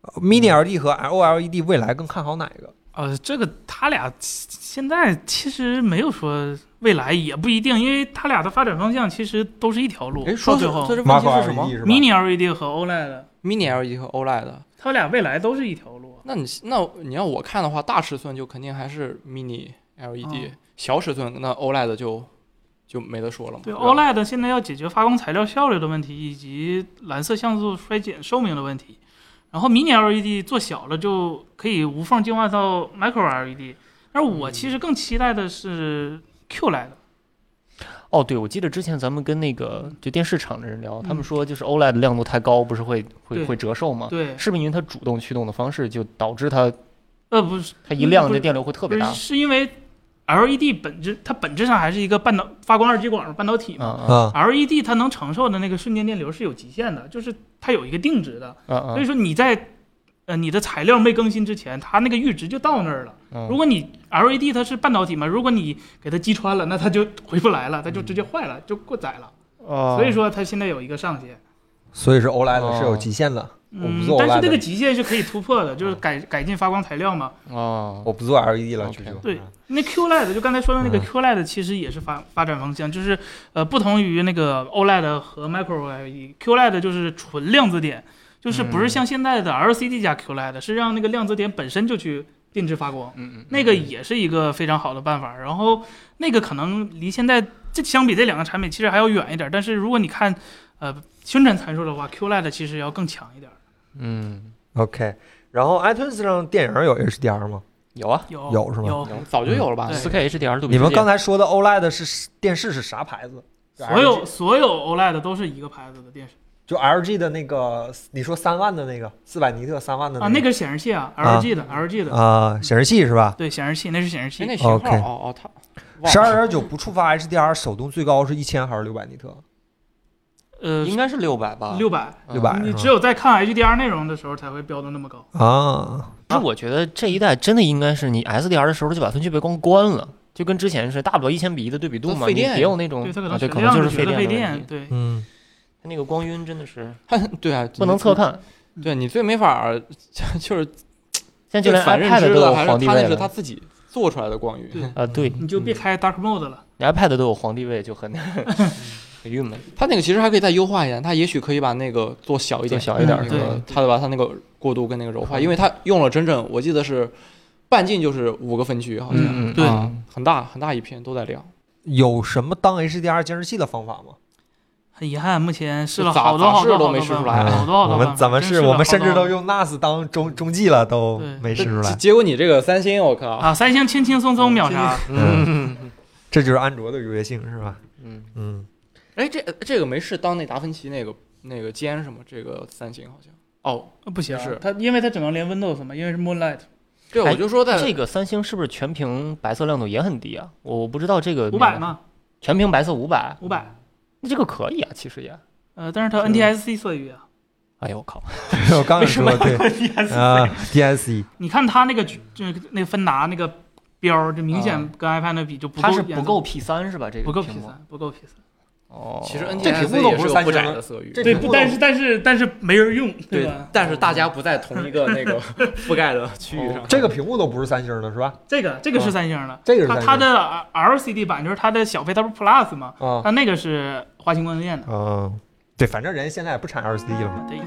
Speaker 1: 呃 Mini LED 和 OLED 未来更看好哪一个？
Speaker 3: 呃，这个它俩现在其实没有说未来也不一定，因为它俩的发展方向其实都是一条路，
Speaker 5: 哎，
Speaker 3: 嗯到
Speaker 5: 说
Speaker 3: 最
Speaker 5: 是
Speaker 3: 后
Speaker 5: 这是问题
Speaker 1: Macro
Speaker 5: E
Speaker 1: E
Speaker 5: 是什么
Speaker 1: LED 是吧
Speaker 3: Mini LED 和 OLED，
Speaker 5: ？Mini LED 和 OLED。
Speaker 3: 它俩未来都是一条路。
Speaker 5: 那你那你要我看的话，大尺寸就肯定还是 Mini LED，、
Speaker 3: 嗯
Speaker 5: 小尺寸那 OLED 就就没得说了嘛。
Speaker 3: 对哦
Speaker 5: 吧
Speaker 3: OLED 现在要解决发光材料效率的问题，以及蓝色像素衰减寿命的问题。然后 Mini LED 做小了就可以无缝进化到 Micro LED，而我其
Speaker 5: 嗯
Speaker 3: 实更期待的是 QLED，
Speaker 2: 哦，对，我记得之前咱们跟那个就电视厂的人聊，他
Speaker 3: 嗯
Speaker 2: 们说就是 E OLED 亮度太高，不是会会
Speaker 3: 对
Speaker 2: 会折
Speaker 5: 啊
Speaker 2: 寿吗？
Speaker 3: 对，
Speaker 2: 是不是因为它主动驱动的方式，就导致它
Speaker 3: 呃，不是，
Speaker 2: 它一亮
Speaker 3: 不
Speaker 2: 这
Speaker 3: 是
Speaker 2: 电流会特
Speaker 3: 不
Speaker 2: 别
Speaker 3: 是
Speaker 2: 大？
Speaker 3: 是因为 LED 本质它本质上还是一个半导发光二极管半导体嘛。
Speaker 2: 啊
Speaker 1: 啊
Speaker 3: LED 它能承受的那个瞬间电流是有极限的，就是它有一个定值的，
Speaker 2: 啊啊
Speaker 1: 嗯
Speaker 3: 所以说你在呃你的材料没更新之前，它那个阈值就到那儿了。
Speaker 1: 嗯
Speaker 2: 啊！
Speaker 3: 如果你 LED 它是半导体嘛，如果你给它击穿了，那它就回不来了，它就
Speaker 1: 嗯
Speaker 3: 直接坏了，就过载了。所
Speaker 2: 所
Speaker 3: 以说它现在有一个上限，
Speaker 1: 所以是 OLED 是有极限的。我不
Speaker 3: 嗯
Speaker 1: 做，嗯
Speaker 3: 但
Speaker 1: OLED
Speaker 3: 是这个极限是可以突破的，就是改改进发光材料嘛。
Speaker 2: 啊，
Speaker 1: 我不做 LED 了，
Speaker 2: OK
Speaker 1: 这就
Speaker 3: 对那 QLED 就刚才说的那个
Speaker 1: 嗯
Speaker 3: QLED 其实也是发发展方向，就是呃不同于那个 OLED 和 Micro LED，QLED 就是纯量子点，就是
Speaker 1: 嗯
Speaker 3: 不是像现在的 LCD 加 QLED，是让那个量子点本身就去定制发光。
Speaker 5: 嗯嗯，
Speaker 3: 那个也是一个非常好的办法。然后那个可能离现在这相比这两个产品其实还要远一点，但是如果你看呃宣传参数的话，QLED 其实要更强一点。
Speaker 2: 嗯，
Speaker 1: OK。然后 iTunes 上电影有 HDR 吗？
Speaker 2: 有啊，
Speaker 3: 有
Speaker 1: 有是吗
Speaker 3: 有，
Speaker 5: 早就有了吧？
Speaker 3: 哦嗯对
Speaker 2: 4 K HDR 对比
Speaker 1: 你们
Speaker 2: 世界
Speaker 1: 刚才说的 OLED 是电视是啥牌子？
Speaker 3: 所有所有 OLED 都是一个牌子的电视
Speaker 1: 就 LG 的那个，你说三万的那个四百尼特三万的
Speaker 3: 啊，那个显示器啊
Speaker 1: 啊
Speaker 3: ，LG 的 LG 的，
Speaker 1: 啊、显示器是吧？
Speaker 3: 对显示器那是显示
Speaker 5: 哎，
Speaker 3: 器，
Speaker 5: 那型号
Speaker 1: OK
Speaker 5: 哦哦，它忘
Speaker 1: 十
Speaker 5: 了
Speaker 1: 二点九不触发 HDR，手动最高是一千还是六百尼特？
Speaker 3: 呃
Speaker 5: 应该是六百吧？
Speaker 3: 六百。
Speaker 5: 嗯
Speaker 1: 六百
Speaker 3: 啊你
Speaker 1: 是吧
Speaker 3: 只有在看 HDR 内容的时候才会标的那么高，
Speaker 1: 啊，
Speaker 2: 那我觉得这一代真的应该是你 SDR 的时候就把分区背光关了，就跟之前是大不了一千比一的对比度
Speaker 5: 它
Speaker 2: 嘛，
Speaker 5: 费
Speaker 2: 你
Speaker 5: 电
Speaker 2: 也有那种
Speaker 3: 对它可
Speaker 2: 啊
Speaker 3: 能
Speaker 2: 对，
Speaker 3: 血
Speaker 2: 可能
Speaker 3: 量
Speaker 2: 就是
Speaker 3: 觉得
Speaker 2: 电
Speaker 3: 费
Speaker 2: 的问
Speaker 3: 电，
Speaker 2: 题。
Speaker 3: 对，
Speaker 1: 嗯，
Speaker 2: 它那个光晕真的是
Speaker 5: 它对啊，
Speaker 2: 不能侧看，
Speaker 5: [LAUGHS] 对你最没法儿 [LAUGHS] 就是
Speaker 2: 现在就连
Speaker 5: 反认
Speaker 2: iPad
Speaker 5: 知
Speaker 2: 都有
Speaker 5: 的，还
Speaker 2: 皇
Speaker 5: 是
Speaker 2: 帝
Speaker 5: 它
Speaker 2: 位
Speaker 5: 那是它
Speaker 2: 了
Speaker 5: 自己做出来的光 [LAUGHS]
Speaker 3: 对
Speaker 5: 晕，
Speaker 2: 啊，对
Speaker 3: 你就别开 Dark Mode 了。
Speaker 2: 你 iPad 都有皇帝位就很 [LAUGHS] 很郁闷，
Speaker 5: 它那个其实还可以再优化一点，它也许可以把那个做小一
Speaker 2: 做
Speaker 5: 点，
Speaker 2: 小一点嗯
Speaker 3: 嗯
Speaker 2: 是吧
Speaker 3: 对？
Speaker 5: 它得把它那个过渡跟那个柔化，因为它用了整整我记得是半径就是五个分区，好像、
Speaker 2: 嗯嗯
Speaker 3: 对
Speaker 2: 啊
Speaker 5: 很大很大一片都在亮。
Speaker 1: 有什么当 HDR 监视器的方法吗？
Speaker 3: 很遗哎憾，目前试了
Speaker 5: 咋
Speaker 3: 好多
Speaker 5: 咋
Speaker 3: 好
Speaker 5: 试
Speaker 3: 多
Speaker 5: 都
Speaker 3: 好
Speaker 5: 没
Speaker 3: 多
Speaker 5: 试出
Speaker 3: 办法
Speaker 5: 来
Speaker 3: 好多好
Speaker 1: 啊哎我
Speaker 3: 多
Speaker 1: 们
Speaker 3: 办法
Speaker 1: 咱们
Speaker 3: 真
Speaker 1: 是
Speaker 3: 试了
Speaker 1: 我们
Speaker 3: 好
Speaker 1: 甚
Speaker 3: 多
Speaker 1: 至
Speaker 3: 好
Speaker 1: 都
Speaker 3: 多
Speaker 1: 用 NAS 当中中继了，都
Speaker 3: 对
Speaker 1: 没试出
Speaker 5: 结
Speaker 3: [LAUGHS]
Speaker 1: 来。
Speaker 5: 结果你这个三星，我靠！
Speaker 3: 啊，三星轻轻松松秒杀。
Speaker 5: 嗯，
Speaker 1: 这就是安卓的优越性，是吧？
Speaker 5: 嗯，
Speaker 1: 嗯，
Speaker 5: 哎，这这个没事，当那达芬奇那个那个尖什么，这个三星好像哦，
Speaker 3: 呃不行，
Speaker 5: 是
Speaker 3: 它因为它只能连 Windows 嘛，因为是 Moonlight，
Speaker 5: 对，
Speaker 2: 哎
Speaker 5: 我就说在、
Speaker 2: 这个三星是不是全屏白色亮度也很低啊？我我不知道这个
Speaker 3: 五百？嘛，
Speaker 2: 全屏白色五百，
Speaker 3: 五百，
Speaker 2: 那这个可以啊，其实也。
Speaker 3: 呃，但是它
Speaker 2: 是
Speaker 3: NTSC 色域啊，
Speaker 2: 哎呦我靠！
Speaker 1: [LAUGHS] 我刚
Speaker 3: 为
Speaker 1: 想
Speaker 3: 什么
Speaker 1: 说
Speaker 3: 要
Speaker 1: 嗯对
Speaker 3: NTSC？、
Speaker 1: 啊，DSE
Speaker 3: 你看它那个就那个芬达那个标儿，这明
Speaker 1: 啊
Speaker 3: 显跟 iPad 那比就不够
Speaker 2: 它是
Speaker 3: 颜色，
Speaker 2: 不够 P 三是吧？这个
Speaker 3: 不够 P
Speaker 2: 屏幕
Speaker 3: 三，不够 P 三，
Speaker 2: 哦，
Speaker 5: 其实
Speaker 1: 这
Speaker 5: NTSC
Speaker 1: 屏幕都
Speaker 5: 也
Speaker 1: 不是
Speaker 5: 有
Speaker 1: 三
Speaker 5: 不
Speaker 1: 星
Speaker 5: 窄
Speaker 1: 的
Speaker 5: 的色域，
Speaker 1: 这
Speaker 3: 对，
Speaker 1: 屏
Speaker 3: 不，
Speaker 1: 幕
Speaker 3: 但是但是但是没人用，
Speaker 5: 对
Speaker 3: 吧？
Speaker 5: 但是大家不在同一个那个 [LAUGHS] 覆盖的区
Speaker 2: 哦
Speaker 5: 域上。
Speaker 1: [LAUGHS] 这个屏幕都不是三星的，是吧？
Speaker 3: 这个这个是三星的，
Speaker 1: 这个是
Speaker 3: 它
Speaker 1: 三
Speaker 3: 它
Speaker 1: 星
Speaker 3: 的 LCD 版就是它的小贝，它不是 Plus 嘛，
Speaker 1: 啊
Speaker 3: 它那个是华星光电的，
Speaker 1: 嗯，对，反正人家现在也不产 LCD 了嘛。
Speaker 3: 对，